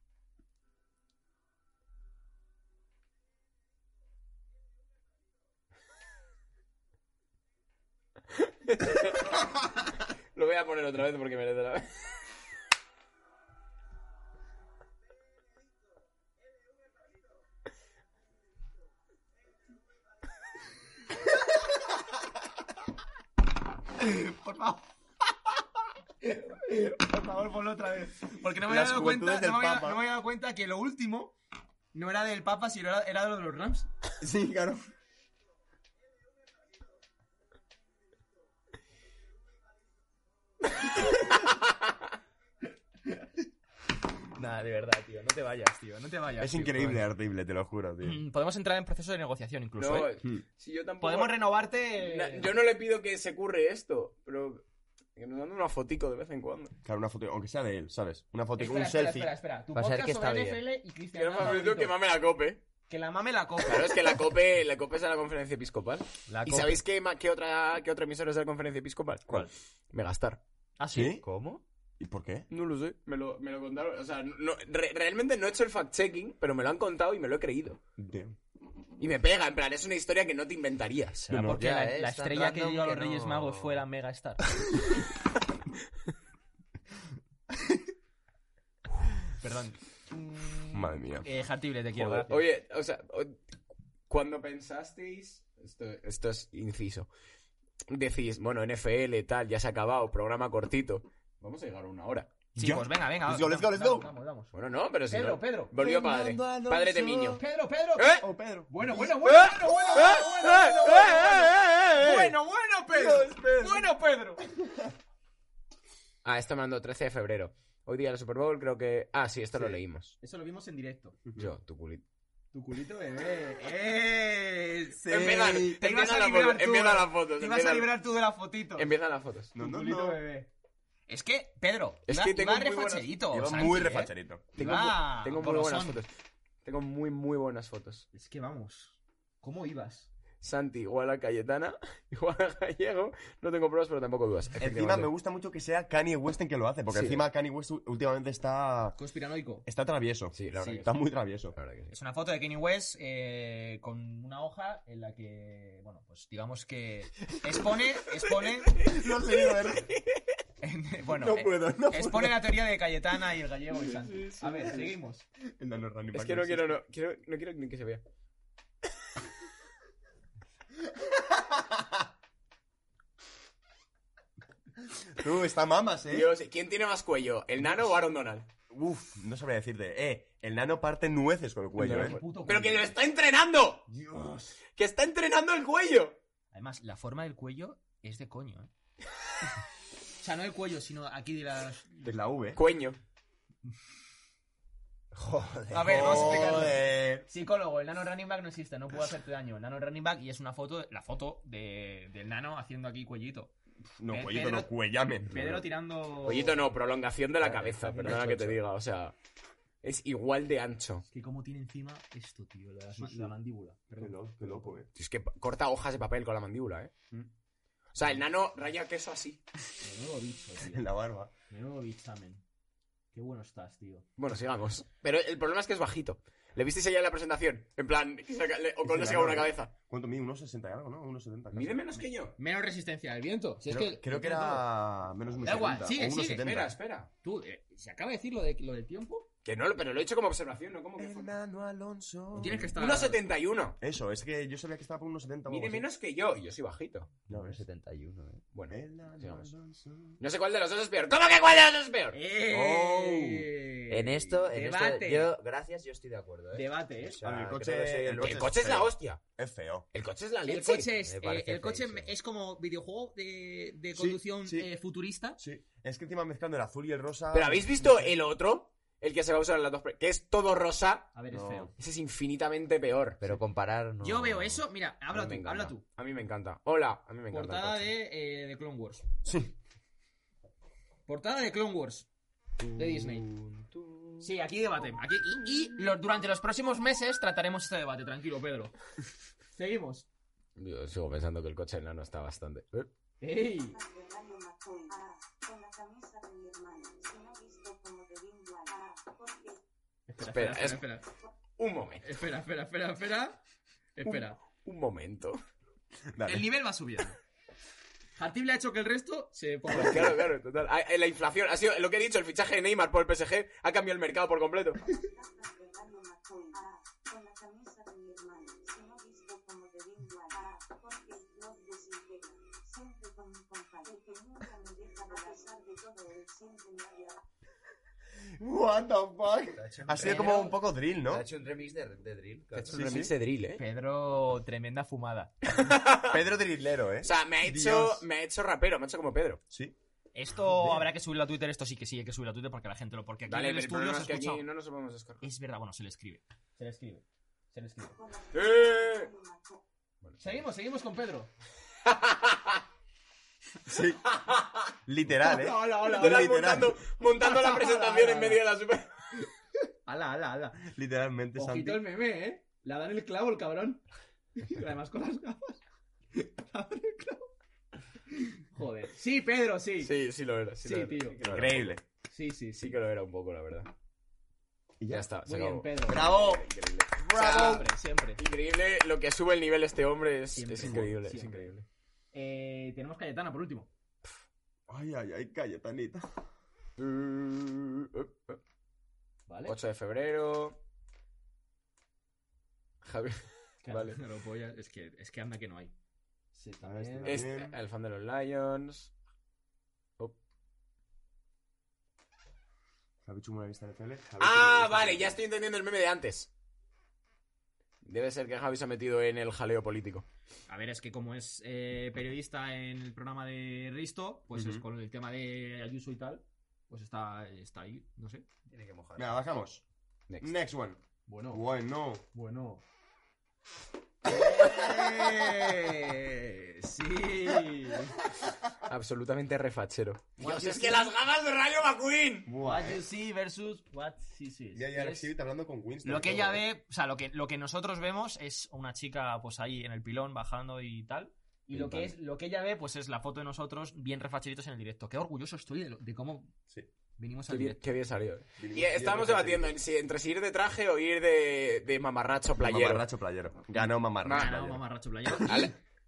E: Lo voy a poner otra vez porque merece la vez.
C: Por favor, ponlo otra vez. Porque no me
B: Las
C: había dado cuenta,
B: juventudes del
C: no me había-
B: Papa.
C: no me había dado cuenta que lo último no era del Papa, sino era, era de lo de los Rams.
B: Sí, claro.
L: Nada, de verdad, tío. No te vayas, tío. No te vayas.
B: Es
L: tío,
B: increíble, Artible, te lo juro, tío.
L: joder. Mm, Podemos entrar en proceso de negociación incluso,
E: No,
L: ¿eh?
E: si yo tampoco.
L: Podemos renovarte.
E: Na- yo no le pido que se curre esto, pero. Que nos mande una fotico de vez en cuando.
B: Claro, una foto, aunque sea de él, ¿sabes? Una foto,
C: Espera,
B: un
C: espera,
B: selfie.
C: espera, espera. Tu
D: Va a ser
C: podcast
D: que
C: sobre
D: está
C: NFL y
E: Que no
C: Cristian
E: me acuerdo que mame la cope.
C: Que la mame la copa.
E: Claro, es que la cope, la cope es a la conferencia episcopal.
L: La
E: ¿Y
L: copa.
E: sabéis qué, ma- qué otra, qué otra emisora es de la conferencia episcopal?
B: ¿Cuál?
E: Megastar.
L: Ah,
B: ¿Sí?
D: ¿Cómo?
B: ¿Y por qué?
E: No lo sé, me lo, me lo contaron. O sea, no- re- realmente no he hecho el fact-checking, pero me lo han contado y me lo he creído.
B: Damn.
E: Y me pega, en plan, es una historia que no te inventarías.
L: ¿Será
B: No,
L: porque
D: ya,
L: la,
D: eh,
L: la
D: es tan
L: estrella que
D: random
L: dio a los
D: que
L: Reyes
D: no-
L: Magos fue la Mega Star? Perdón.
B: Madre mía.
L: Eh, Jartible, te quiero.
B: Joder.
L: gracias.
E: Oye, o sea, o- cuando pensasteis, esto, esto es inciso, decís, bueno, NFL, tal, ya se ha acabado, programa cortito, vamos a llegar a una hora.
B: Ya.
C: pues
L: Chicos, venga, venga.
B: Let's go, let's go, let's go.
L: Vamos, vamos, vamos.
E: Bueno, no, pero si
C: Pedro,
E: no-
C: Pedro.
E: Volvió padre.
B: Fernando
E: Padre de
B: Alonso.
E: Miño.
C: Pedro, Pedro.
E: ¿Eh? ¿Eh?
B: Oh, Pedro.
C: Bueno, bueno, bueno, bueno, bueno, bueno, bueno, bueno, bueno, bueno, bueno, Pedro. Bueno, Pedro.
E: Ah, esto me mandó 13 de febrero. Hoy día del Super Bowl, creo que. Ah, sí, esto lo leímos.
C: Eso lo vimos en directo.
E: Yo, tu culito.
C: Tu culito bebé. ¡Eh! sí.
E: Empiezan-
C: Te
E: empiezan
C: ibas a
E: las
C: librar
E: fotos,
C: tú,
E: empiezan las
C: ¿no?
E: fotos,
C: Te ibas a
E: empiezan-
C: librar tú de la fotito.
E: Empiezan las fotos.
B: No,
C: Tu
B: no,
C: culito
B: no.
C: bebé. Es que, Pedro,
E: Es
C: iba,
E: que tengo
C: iba
E: muy buenas-
C: refacherito.
B: Lleva
C: Santi,
B: muy
C: ¿eh?
B: refacherito.
E: Tengo,
C: Iba
E: mu- tengo muy
C: golosón.
E: buenas fotos. Tengo muy, muy buenas fotos.
C: Es que vamos. ¿Cómo ibas?
E: Santi igual a Cayetana, igual a Gallego. No tengo pruebas, pero tampoco dudas.
B: Encima me gusta mucho que sea Kanye West en que lo hace, porque
E: Sí.
B: encima Kanye West u- últimamente está.
C: Conspiranoico.
B: Está travieso.
E: Sí, la verdad que
B: Está muy travieso.
E: La verdad que sí.
C: Es una foto de Kenny West eh, con una hoja en la que, bueno, pues digamos que expone, expone,
B: No sé, ver.
C: en- bueno,
B: No
C: eh,
B: puedo, no puedo.
C: expone la teoría de Cayetana y el gallego y Santi. A ver, seguimos.
B: No, no, Randy
E: Es que no
B: Parkinson.
E: quiero, no, quiero, no quiero ni que se vea.
B: Tú, está mamas, eh.
E: Dios, ¿quién tiene más cuello? ¿El nano o Aaron Donald?
B: Uf, no sabría decirte. Eh, el nano parte nueces con el cuello, eh.
C: Puto
E: ¡Pero
C: culo.
E: que lo está entrenando!
B: Dios.
E: ¡Que está entrenando el cuello!
C: Además, la forma del cuello es de coño, ¿eh? o sea, no el cuello, sino aquí de las...
B: Es la V. ¿eh?
E: Cueño.
B: Joder.
C: A ver, vamos a explicarlo.
B: Joder.
C: Psicólogo, el nano running back no existe, no puedo hacerte daño. El nano running back y es una foto, la foto de- del nano haciendo aquí cuellito.
B: No,
C: Pe-
B: cuellito,
C: Pedro-
B: no, cuellame.
C: Pedro tirando...
E: Pollito no, prolongación de la
D: Ah,
E: cabeza,
D: está
E: perdona que te diga, o sea, es igual de ancho.
C: Es que cómo tiene encima esto, tío, la, la mandíbula.
B: Qué loco, eh.
E: Es que pa- corta hojas de papel con la mandíbula, ¿eh? O sea, el nano raya queso así.
C: Menudo bicho, tío.
B: En la barba.
C: Menudo bichamen. Qué bueno estás, tío.
E: Bueno, sigamos. Pero el problema es que es bajito. ¿Le visteis allá en la presentación? En plan, que saca- le- o con le saca una cabeza.
B: ¿Cuánto mide? ¿Unos 60 y algo, no? ¿Unos 70? casi.
E: Mide menos que yo.
C: Menos resistencia al viento. Si es
B: Creo,
C: que,
B: creo que era menos un
C: Da igual,
B: 70,
C: sigue,
B: o unos
C: sigue,
B: 70.
E: Espera, espera.
C: Tú, eh, se acaba de decir lo, de, lo del tiempo.
E: Que no, pero lo he hecho como observación, no como que fue.
B: Nano Alonso.
C: Tienes que estar.
E: 1,71.
B: Eso, es que yo sabía que estaba por unos 70. o algo
E: Mide
B: así.
E: menos que yo. Y yo soy bajito.
B: No, ves.
D: 71, ¿eh?
E: Bueno,
B: El Nano
E: Sigamos.
B: Alonso.
E: no sé cuál de los dos es peor. ¿Cómo que cuál de los dos es peor?
C: ¡Eh!
D: En esto, en esto-
C: debate.
D: yo, gracias, yo estoy de acuerdo, ¿eh?
C: Debate, ¿eh?
D: O sea,
B: A mí el
D: creo
B: coche-
D: que soy
B: el
E: El
B: es
E: coche es la
B: feo.
E: hostia.
B: Es feo.
E: El coche es la
C: El
E: leche.
C: coche, es,
D: me parece
C: eh, el coche
D: feísimo.
C: es como videojuego de, de
B: Sí,
C: conducción
B: sí.
C: eh, futurista.
B: Sí. Es que encima mezclando el azul y el rosa.
E: Pero ¿habéis visto el otro? El que se va a usar en las dos... pre- Que es todo rosa.
C: A ver, es
B: No.
C: feo.
E: Ese es infinitamente peor.
D: Pero comparar no...
C: Yo veo eso, mira, habla
E: A mí me
C: tú,
E: encanta.
C: habla tú.
E: A mí me encanta. Hola, a mí me encanta. el
C: Portada
E: coche.
C: de, eh, de Clone Wars.
B: Sí.
C: Portada de Clone Wars. De Disney. Sí, aquí debate. Aquí, y y lo- durante los próximos meses trataremos este debate, tranquilo, Pedro. Seguimos.
E: Yo sigo pensando que el coche enano está bastante. ¿Eh?
C: ¡Ey! Espera, espera,
E: Espera, es-
C: espera,
E: Un momento.
C: espera, espera, espera, espera. Espera.
E: Un momento.
B: Dale.
C: El nivel va subiendo. Hartible ha hecho que el resto se ponga.
E: Claro, claro, total. Ah, eh, La inflación, ha sido lo que he dicho, el fichaje de Neymar por el PSG ha cambiado el mercado por completo.
B: What the fuck.
D: Te ha hecho un
B: Ha sido
D: remix-
B: como un poco drill,
D: te
B: ¿no?
D: ha hecho un remix de, de Drill.
E: Te ha
D: claro.
E: hecho un remix de drill, ¿eh?
M: Pedro, tremenda fumada.
B: Pedro drillero, ¿eh?
E: O sea, me ha hecho,
B: Dios.
E: me ha hecho rapero, me ha hecho como Pedro.
B: Sí.
M: Joder.
C: Esto habrá que subirlo a Twitter, esto sí que sí, hay que subirlo a Twitter porque la gente lo. Porque aquí
E: Dale,
C: en el
E: pero el
C: estudio
E: problema
C: se
E: es que
C: escucha.
E: aquí no nos podemos descargar.
C: Es verdad, bueno, se le escribe. Se le escribe. Se le escribe.
E: ¡Eh!
C: Seguimos, seguimos con Pedro.
B: Sí. Literal, ¿eh?
C: Hola, hola,
E: Literal,
B: literal.
E: montando, montando la presentación en medio de la super.
C: Ala, ala, ala.
B: Literalmente, Santi.
C: Ojito el meme, ¿eh? Le dan el clavo el cabrón. Además con las gafas. Le dan el clavo. Joder. Sí, Pedro, sí. Sí,
E: Sí, sí lo era. Sí, lo era.
C: tío.
E: que lo era.
B: Increíble.
C: Sí, sí,
E: Sí
C: sí.
E: que lo era un poco, la verdad.
B: Y
E: Ya está, se
C: Muy bien,
E: acabó.
C: Pedro.
B: ¡Bravo!
E: Increíble.
B: ¡Bravo!
C: Siempre, siempre.
E: Increíble lo que sube el nivel este hombre es,
C: Siempre.
E: es increíble. Es
C: Siempre.
E: increíble.
C: Eh, tenemos Cayetana por último.
B: Ay, ay, ay, Cayetanita.
E: Eh, eh, eh.
C: ¿Vale?
E: 8 de febrero. Javier.
C: Claro,
E: vale.
C: no lo voy a- es, que, es que anda que no hay. Sí,
B: Ahora este
C: también.
B: también.
E: Es el fan de los Lions.
B: Javi Chumura vista de tele. Javi Chumura
E: Ah,
B: vista
E: vale,
B: de
E: ya
B: tele.
E: estoy entendiendo el meme de antes. Debe ser que Javi se ha metido en el jaleo político.
C: A ver, es que como es eh, periodista en el programa de Risto, pues es
B: Ujú.
C: con el tema de Ayuso y tal, pues está, está ahí, no sé.
D: Tiene que mojar.
B: Venga, bajamos.
E: Next.
B: Next one.
C: Bueno,
B: Bueno.
C: bueno. sí.
E: Absolutamente refachero.
C: Dios,
E: es que las gafas de Rayo McQueen.
B: Buah,
C: What you see versus what she sees.
B: Ya, ya,
C: Es-
B: Alex Sivit hablando con Winston.
C: Lo que
B: y
C: ella
B: todo, ¿eh?
C: ve, o sea, lo que, lo que nosotros vemos es una chica pues ahí en el pilón bajando y tal. Y lo que, es, lo que ella ve, pues es la foto de nosotros bien refacheritos en el directo. Qué orgulloso estoy de, lo- de cómo
B: Sí.
C: venimos
E: Qué
C: al
E: bien,
C: directo.
E: qué bien salió. eh.
B: Vinimos-
E: Y estábamos
B: vinimos-
E: debatiendo en si- entre si ir de traje o ir de, de mamarracho playero.
B: Mamarracho playero. Ganó mamarracho.
C: Ganado,
B: playero.
C: mamarracho playero.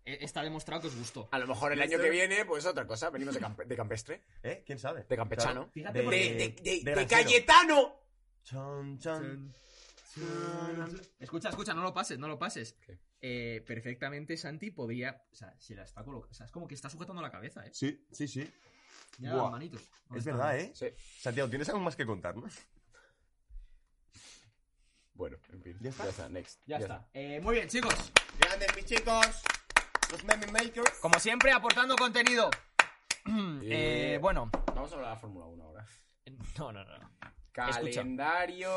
C: Eh, Está demostrado que os gustó.
E: A lo mejor el
B: Ya
E: año
B: está.
E: que viene, pues otra cosa. Venimos de, campe- de campestre,
B: ¿Eh? ¿Quién sabe?
E: de campechano.
C: Fíjate
E: De,
C: porque-
E: de, de- de
B: ranchero.
E: Cayetano.
B: Chon, chon.
C: Escucha, escucha, no lo pases, no lo pases.
E: ¿Qué?
C: Eh, perfectamente Santi podría... O sea, se la está colocando... O sea, es como que está sujetando la cabeza, ¿eh?
B: Sí, sí, sí.
C: Mira
B: Buah.
C: las manitos. ¿Dónde
B: Es
C: están?
B: verdad, ¿eh?
E: Sí.
B: Santiago, ¿tienes algo más que contarnos?
E: Bueno, en fin.
B: ¿Ya está?
E: next.
C: Ya, está. Eh, muy bien, chicos.
B: ¡Grandes, mis chicos! ¡Los meme makers!
C: Como siempre, aportando contenido.
E: Eh,
C: Eh, bueno.
E: Vamos a hablar de la Fórmula 1 ahora.
C: No, no, no. Escucha.
E: Calendario.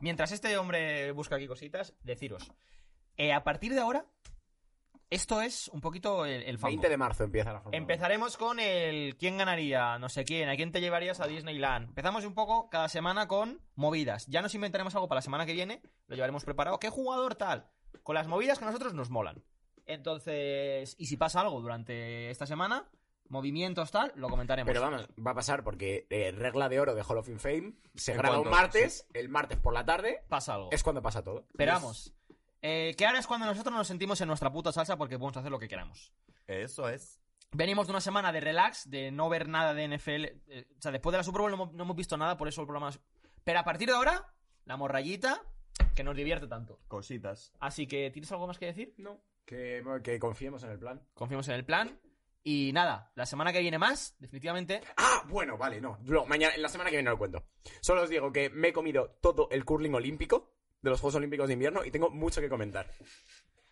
C: Mientras este hombre busca aquí cositas, deciros. eh, a partir de ahora, esto es un poquito el, el fango.
E: 20 de marzo empieza la Fórmula 1.
C: Empezaremos con el quién ganaría, no sé quién, a quién te llevarías a Disneyland. Empezamos un poco cada semana con movidas. Ya nos inventaremos algo para la semana que viene, lo llevaremos preparado. ¿Qué jugador tal? Con las movidas que a nosotros nos molan. Entonces, y si pasa algo durante esta semana, movimientos tal, lo comentaremos.
E: Pero vamos, va a pasar porque eh, regla de oro de Hall of Fame se graba un
B: cuanto-
E: martes, el martes por la tarde
C: Pasa algo.
E: es cuando pasa todo.
C: Esperamos. Eh, que ahora es cuando nosotros nos sentimos en nuestra puta salsa porque podemos hacer lo que queramos.
B: Eso es.
C: Venimos de una semana de relax, de no ver nada de NFL. eh, o sea, después de la Super Bowl no, hemos- no hemos visto nada, por eso el programa es- Pero a partir de ahora, la morrayita que nos divierte tanto.
B: Cositas.
C: Así que, ¿tienes algo más que decir?
E: No, que, que confiemos en el plan.
C: Confiamos en el plan. Y nada, la semana que viene más, definitivamente.
E: Ah, bueno, vale, no. Luego, mañana, en la semana que viene lo cuento. Solo os digo que me he comido todo el curling olímpico de los Juegos Olímpicos de Invierno y tengo mucho que comentar.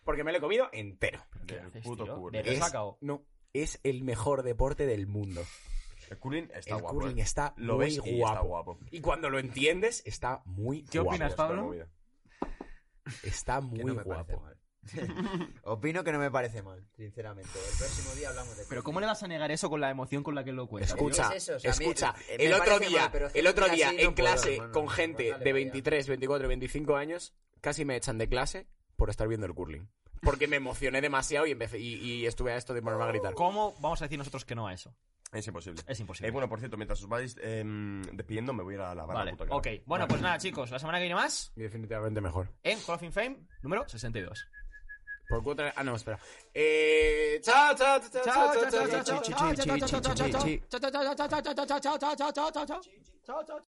E: Porque me lo he comido entero.
C: ¿Qué
B: El
C: haces,
B: puto
C: tío?
B: curling.
C: De
E: Es-
C: resaca,
E: No, es el mejor deporte del mundo.
B: El curling está
E: el
B: guapo.
E: curling
B: eh.
E: está
B: Lo
E: muy
B: ves y
E: guapo.
B: está guapo.
E: Y cuando lo entiendes, está muy
C: ¿Qué
E: guapo.
C: opinas,
B: Está
C: Pablo?
B: movida.
E: Está muy
D: no me parece
E: guapo.
D: mal. Opino que no me parece mal, sinceramente. El próximo día hablamos de
C: Pero ¿cómo le vas a negar eso con la emoción con la que lo cuentas?
D: Escu-
E: Escucha,
D: Es eso, o sea, a mí-
E: escucha,
D: eh, me
E: el otro
D: parece
E: día,
D: mal, pero es que
E: el otro
D: así
E: día
D: no
E: en
D: puedo,
E: clase
D: hermano,
E: con
D: no,
E: gente
D: dale
E: de
D: para allá.
E: 23, 24, 25 años, casi me echan de clase por estar viendo el curling. Porque me emocioné demasiado y, empecé, y, y estuve a esto de ponerme a gritar.
C: ¿Cómo vamos a decir nosotros que no a eso?
B: Es imposible.
C: Es
B: Eh,
C: imposible.
B: bueno, por cierto, mientras os vais eh, despidiendo, me voy a ir a lavar
C: vale,
B: la puta cara.
C: ok. Bueno, pues nada, chicos, la semana que viene más
E: Y definitivamente mejor.
C: en Call of Fame número 62.
E: Por cuota... Ah, no, espera. Eh, chao, chao, chao, chao, chao, chao, chao, chao.
D: Chi, chi, chi, chi, chi, chi, chi.
N: chao, chao, chao, chao, chao, chao, chao, chao, chao, chao, chao.